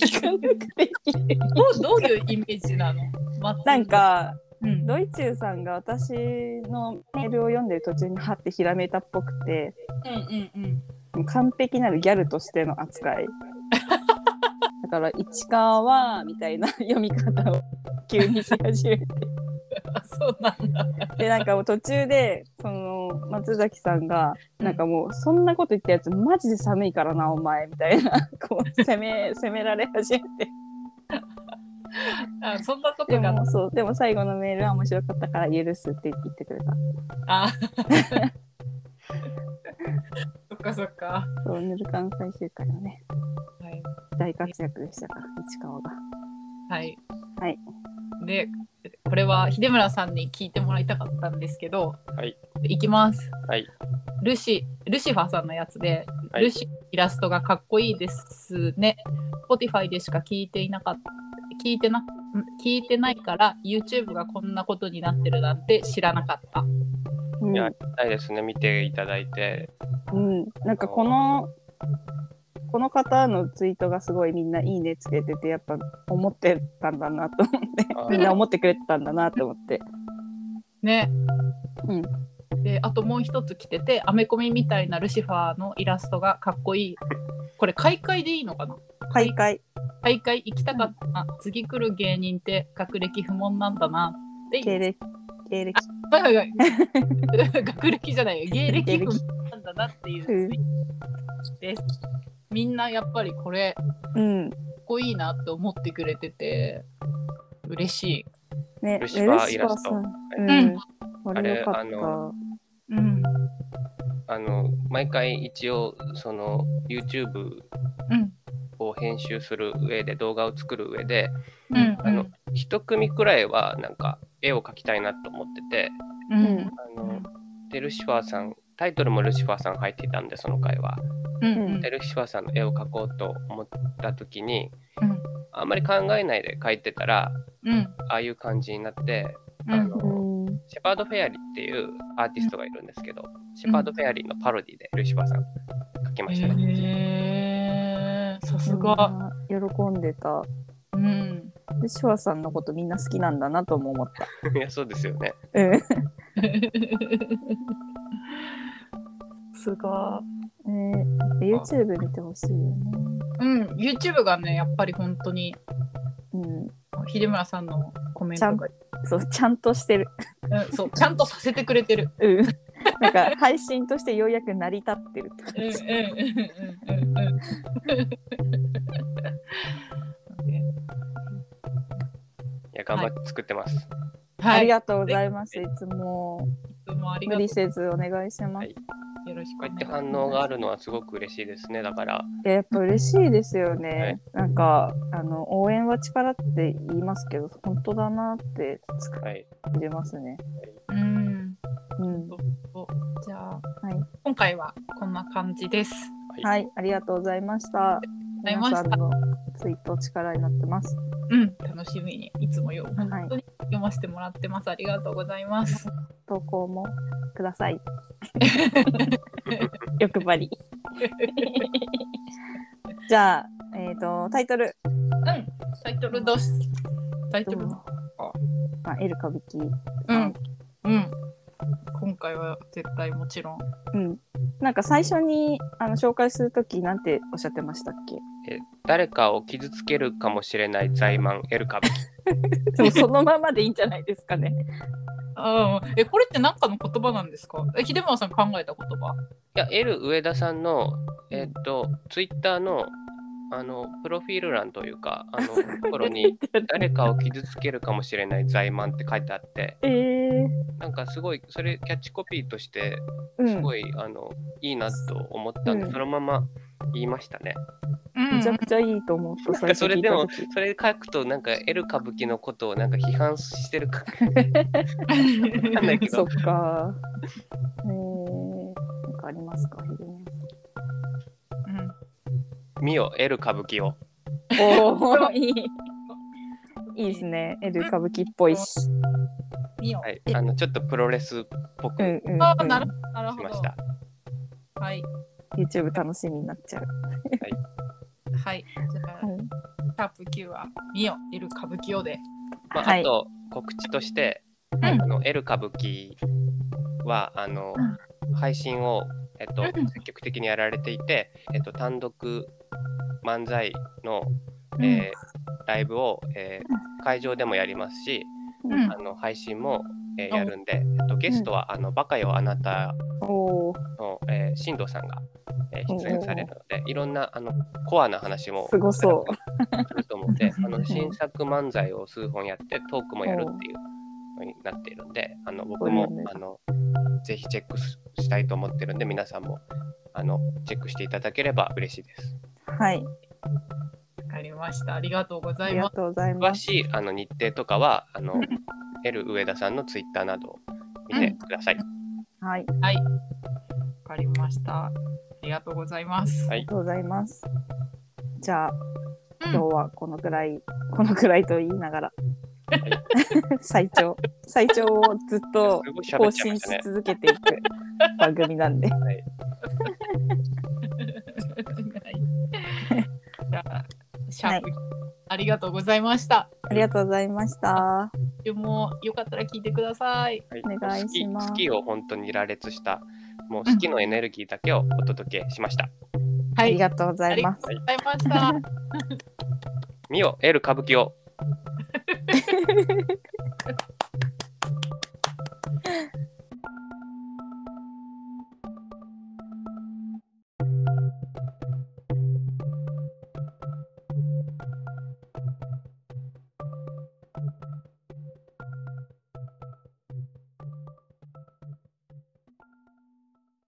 Speaker 1: 聞かなくていい。
Speaker 2: どうどういうイメージなの松
Speaker 1: なん、か、
Speaker 2: うん、
Speaker 1: ドイチューさんが私のメールを読んでる途中にハってひらめいたっぽくて、
Speaker 2: うんうんうん。
Speaker 1: 完璧なるギャルとしての 扱い。だから、市川は、みたいな読み方を急にし始めて。
Speaker 2: あそうなんだ。
Speaker 1: でなんかもう途中でその松崎さんがなんかもうそんなこと言ったやつマジで寒いからなお前みたいな こう責め責められ始めて
Speaker 2: あそんなこと
Speaker 1: で
Speaker 2: が
Speaker 1: もそうでも最後のメールは面白かったから許すって言ってくれた
Speaker 2: あそっかそっか。
Speaker 1: そうぬるかん最終回のね
Speaker 2: はい。
Speaker 1: 大活躍でしたから市川が
Speaker 2: はい。
Speaker 1: はい
Speaker 2: で、これは秀村さんに聞いてもらいたかったんですけど、
Speaker 3: はい、
Speaker 2: きます、
Speaker 3: はい
Speaker 2: ルシルシファーさんのやつで、
Speaker 3: はい
Speaker 2: ルシのイラストがかっこいいですね Spotify でしか聞いていなかった聞いてな聞いてないから YouTube がこんなことになってるなんて知らなかった
Speaker 1: うん
Speaker 3: いやありがたいですね見ていただいて
Speaker 1: うん、なんかこのこの方のツイートがすごいみんないいねつけててやっぱ思ってたんだなと思って
Speaker 3: あ
Speaker 1: みんな思ってくれてたんだなと思って
Speaker 2: ね。
Speaker 1: うん
Speaker 2: であともう一つ来ててアメコミみたいなルシファーのイラストがかっこいいこれ開会でいいのかな
Speaker 1: 開会
Speaker 2: 大会行きたかったな、次来る芸人って学歴不問なんだなって
Speaker 1: 経歴経歴
Speaker 2: はいはいはい 学歴じゃないよ芸歴不問なんだなっていうツイートです、みんなやっぱりこれか
Speaker 1: うん
Speaker 2: っこいいなって思ってくれてて嬉しい、
Speaker 1: ね
Speaker 3: ルシファー
Speaker 1: ルシファさん
Speaker 3: イ
Speaker 1: うん、
Speaker 2: うん
Speaker 1: これよか
Speaker 3: あ
Speaker 1: っ
Speaker 3: れ
Speaker 1: た
Speaker 3: あの
Speaker 2: うん
Speaker 3: あの毎回一応その YouTube
Speaker 2: うん
Speaker 3: を編集する上で動画を作る上で
Speaker 2: うん
Speaker 3: あの一組くらいはなんか絵を描きたいなと思ってて
Speaker 2: うん
Speaker 1: うん
Speaker 3: あのでルシファーさんタイトルもルシファーさん入っていたんでその回は
Speaker 2: うんうん
Speaker 3: でルシファーさんの絵を描こうと思った時に
Speaker 2: うん
Speaker 3: あんまり考えないで描いてたら
Speaker 2: うん
Speaker 3: ああいう感じになって
Speaker 2: う
Speaker 3: あ
Speaker 2: ん
Speaker 3: の、
Speaker 1: うん
Speaker 3: シェパード・フェアリーっていうアーティストがいるんですけど、シェパード・フェアリーのパロディでルシファーさん書きましたね。
Speaker 2: へえさす
Speaker 1: み
Speaker 2: が。
Speaker 1: んな喜んでた
Speaker 2: うん。
Speaker 1: ルシファーさんのことみんな好きなんだなとも思った
Speaker 3: いやそうですよね。
Speaker 1: うん
Speaker 2: すご
Speaker 1: ね、YouTube 見てほしいよね。
Speaker 2: い。うん。YouTube がねやっぱり本当に
Speaker 1: う
Speaker 2: 秀村さんのコメントが、
Speaker 1: ん、そうちゃんとしてる。
Speaker 2: うん、そうちゃんとさせてくれてる。
Speaker 1: うん、なんか配信としてようやく成り立ってるって
Speaker 2: う
Speaker 1: 感
Speaker 2: んうん
Speaker 1: じ。
Speaker 2: うんうんうん。
Speaker 3: いや頑張って作ってます。
Speaker 1: あ
Speaker 2: は
Speaker 1: り
Speaker 2: い。い
Speaker 1: がとうございます。いつも
Speaker 2: つもあり
Speaker 1: 無
Speaker 2: がとう
Speaker 1: 理。せずお願いします。
Speaker 3: はい
Speaker 1: い
Speaker 2: よろしくお
Speaker 3: こう
Speaker 2: 願い
Speaker 3: やって反応があるのはすごく嬉しいですね。だから、
Speaker 1: や、やっぱ嬉しいですよね。なんかあの応援は力って言いますけど、本当だなってつく
Speaker 3: はい、
Speaker 1: 感じますね。
Speaker 2: うん。
Speaker 1: うん、
Speaker 2: じゃあ、
Speaker 1: い
Speaker 2: 今回はこんな感じです。
Speaker 1: はい、ありがとうございました。
Speaker 2: ありがとうご
Speaker 1: 皆
Speaker 2: ざ
Speaker 1: さ
Speaker 2: い
Speaker 1: ん
Speaker 2: ました
Speaker 1: のツイート力になってます。
Speaker 2: うん、楽しみにいつもよ本
Speaker 1: はい
Speaker 2: 当に読ませてもらってます。ありがとうございます。
Speaker 1: 投稿もくだ さい。欲張り。 じゃあ、えっ、と、タイトル。
Speaker 2: うん、タイトルどうしタイトルどう
Speaker 1: まあ、エルカビキ。
Speaker 2: うん、うん。今回は絶対もちろん。
Speaker 1: うん。なんか最初にあの紹介するとき、なんておっしゃってましたっ
Speaker 3: 誰かを傷つけるかもしれない在満エルカブ。
Speaker 1: けでもそのままでいいんじゃないですかね。
Speaker 2: ああ、え、これって何かの言葉なんですかえ、秀村さん考えた言葉
Speaker 3: いや、エル上田さんの、えっと、ツイッターの、あの、プロフィール欄というか、 あの、ところに、誰かを傷つけるかもしれない在満って書いてあって、
Speaker 1: えー、
Speaker 3: なんかすごい、それキャッチコピーとして、
Speaker 1: う
Speaker 3: す
Speaker 1: ん。
Speaker 3: ごい、あの、いいなと思ったんで、
Speaker 1: うん
Speaker 3: そのまま言いましたね。
Speaker 2: うん
Speaker 1: めちゃくちゃいいと思った。
Speaker 3: なんかそれで
Speaker 1: 最
Speaker 3: も
Speaker 1: 初聞いた時、
Speaker 3: それ書くと、なんか、エル歌舞伎のことをなんか批判してるか、わかんないけ
Speaker 1: そ
Speaker 3: ど
Speaker 1: っ、か。えー、なんかありますか、ヒデ
Speaker 2: うん
Speaker 3: 見よ、エル歌舞伎を。
Speaker 1: おお、いい。いいですね。エル歌舞伎っぽいし。
Speaker 2: 見よう
Speaker 3: はい、あの、ちょっとプロレスっぽ
Speaker 1: うん
Speaker 3: く
Speaker 1: うん、うん。
Speaker 2: ああ、なるほど、なる
Speaker 3: し
Speaker 2: ほ
Speaker 3: ま
Speaker 2: ど
Speaker 3: し。た。
Speaker 2: はい。
Speaker 1: YouTube 楽しみになっちゃう。
Speaker 2: はい。じゃあ、
Speaker 1: はい
Speaker 2: シャープ Q は、見よ、いる歌舞伎をで。
Speaker 3: まあ、
Speaker 1: は
Speaker 3: あ
Speaker 1: い
Speaker 3: と告知として、
Speaker 2: ん
Speaker 3: あの L 歌舞伎はあの、配信を、えっと、
Speaker 2: うん
Speaker 3: 積極的にやられていて、えっと、単独漫才の、
Speaker 2: うん
Speaker 3: えーライブを、えー会場でもやりますし、
Speaker 2: うん
Speaker 3: あの配信も、えー
Speaker 2: お
Speaker 3: やるんで、えっと、ゲストは、あのバカよあなた
Speaker 1: おお、
Speaker 3: の、えー、進藤さんが、えー出演されるのでいろんなあのコアな話も
Speaker 1: すごそう
Speaker 3: すると思うんであ
Speaker 2: うん
Speaker 3: の新作漫才を数本やってトークもやるっていうのになっているんであの僕も
Speaker 1: そうなんだ
Speaker 3: あのぜひチェックししたいと思ってるんで皆さんもあのチェックしていただければ嬉しいです。
Speaker 1: はい、
Speaker 2: わかりました。ありがとうご
Speaker 1: あ
Speaker 2: ざい
Speaker 1: り
Speaker 2: ま
Speaker 1: が
Speaker 2: す。
Speaker 1: とうござい
Speaker 3: 詳
Speaker 1: ます。
Speaker 3: しいあの日程とかはあの L 上田さんのツイッターなどを見てください。
Speaker 1: はい、あ
Speaker 2: はい。わかりました。ありがとうございます。
Speaker 3: はい
Speaker 1: りがとうございます。じゃあ、
Speaker 2: うん
Speaker 1: 今日はこのくらい、このくらいと言いながら
Speaker 3: い、
Speaker 1: 最長、最長をずっと
Speaker 3: すごい
Speaker 1: 更
Speaker 3: 喋っちゃい
Speaker 1: 新
Speaker 3: まし
Speaker 1: した
Speaker 3: ね。
Speaker 1: 続けていく番組なんで、
Speaker 3: はい、
Speaker 2: はいじゃあ、シャープ、ありがとうございました。
Speaker 1: ありがとうございました。
Speaker 2: でもよかったら聞いてください。
Speaker 3: はい
Speaker 1: お願いします
Speaker 3: 好き好きを本当に羅列した、もう好きのエネルギーだけをお届けしました。
Speaker 2: は
Speaker 1: あ
Speaker 2: い、
Speaker 1: りがとうございます。
Speaker 2: ありがとうございました。
Speaker 3: ミオ、L 歌舞伎を。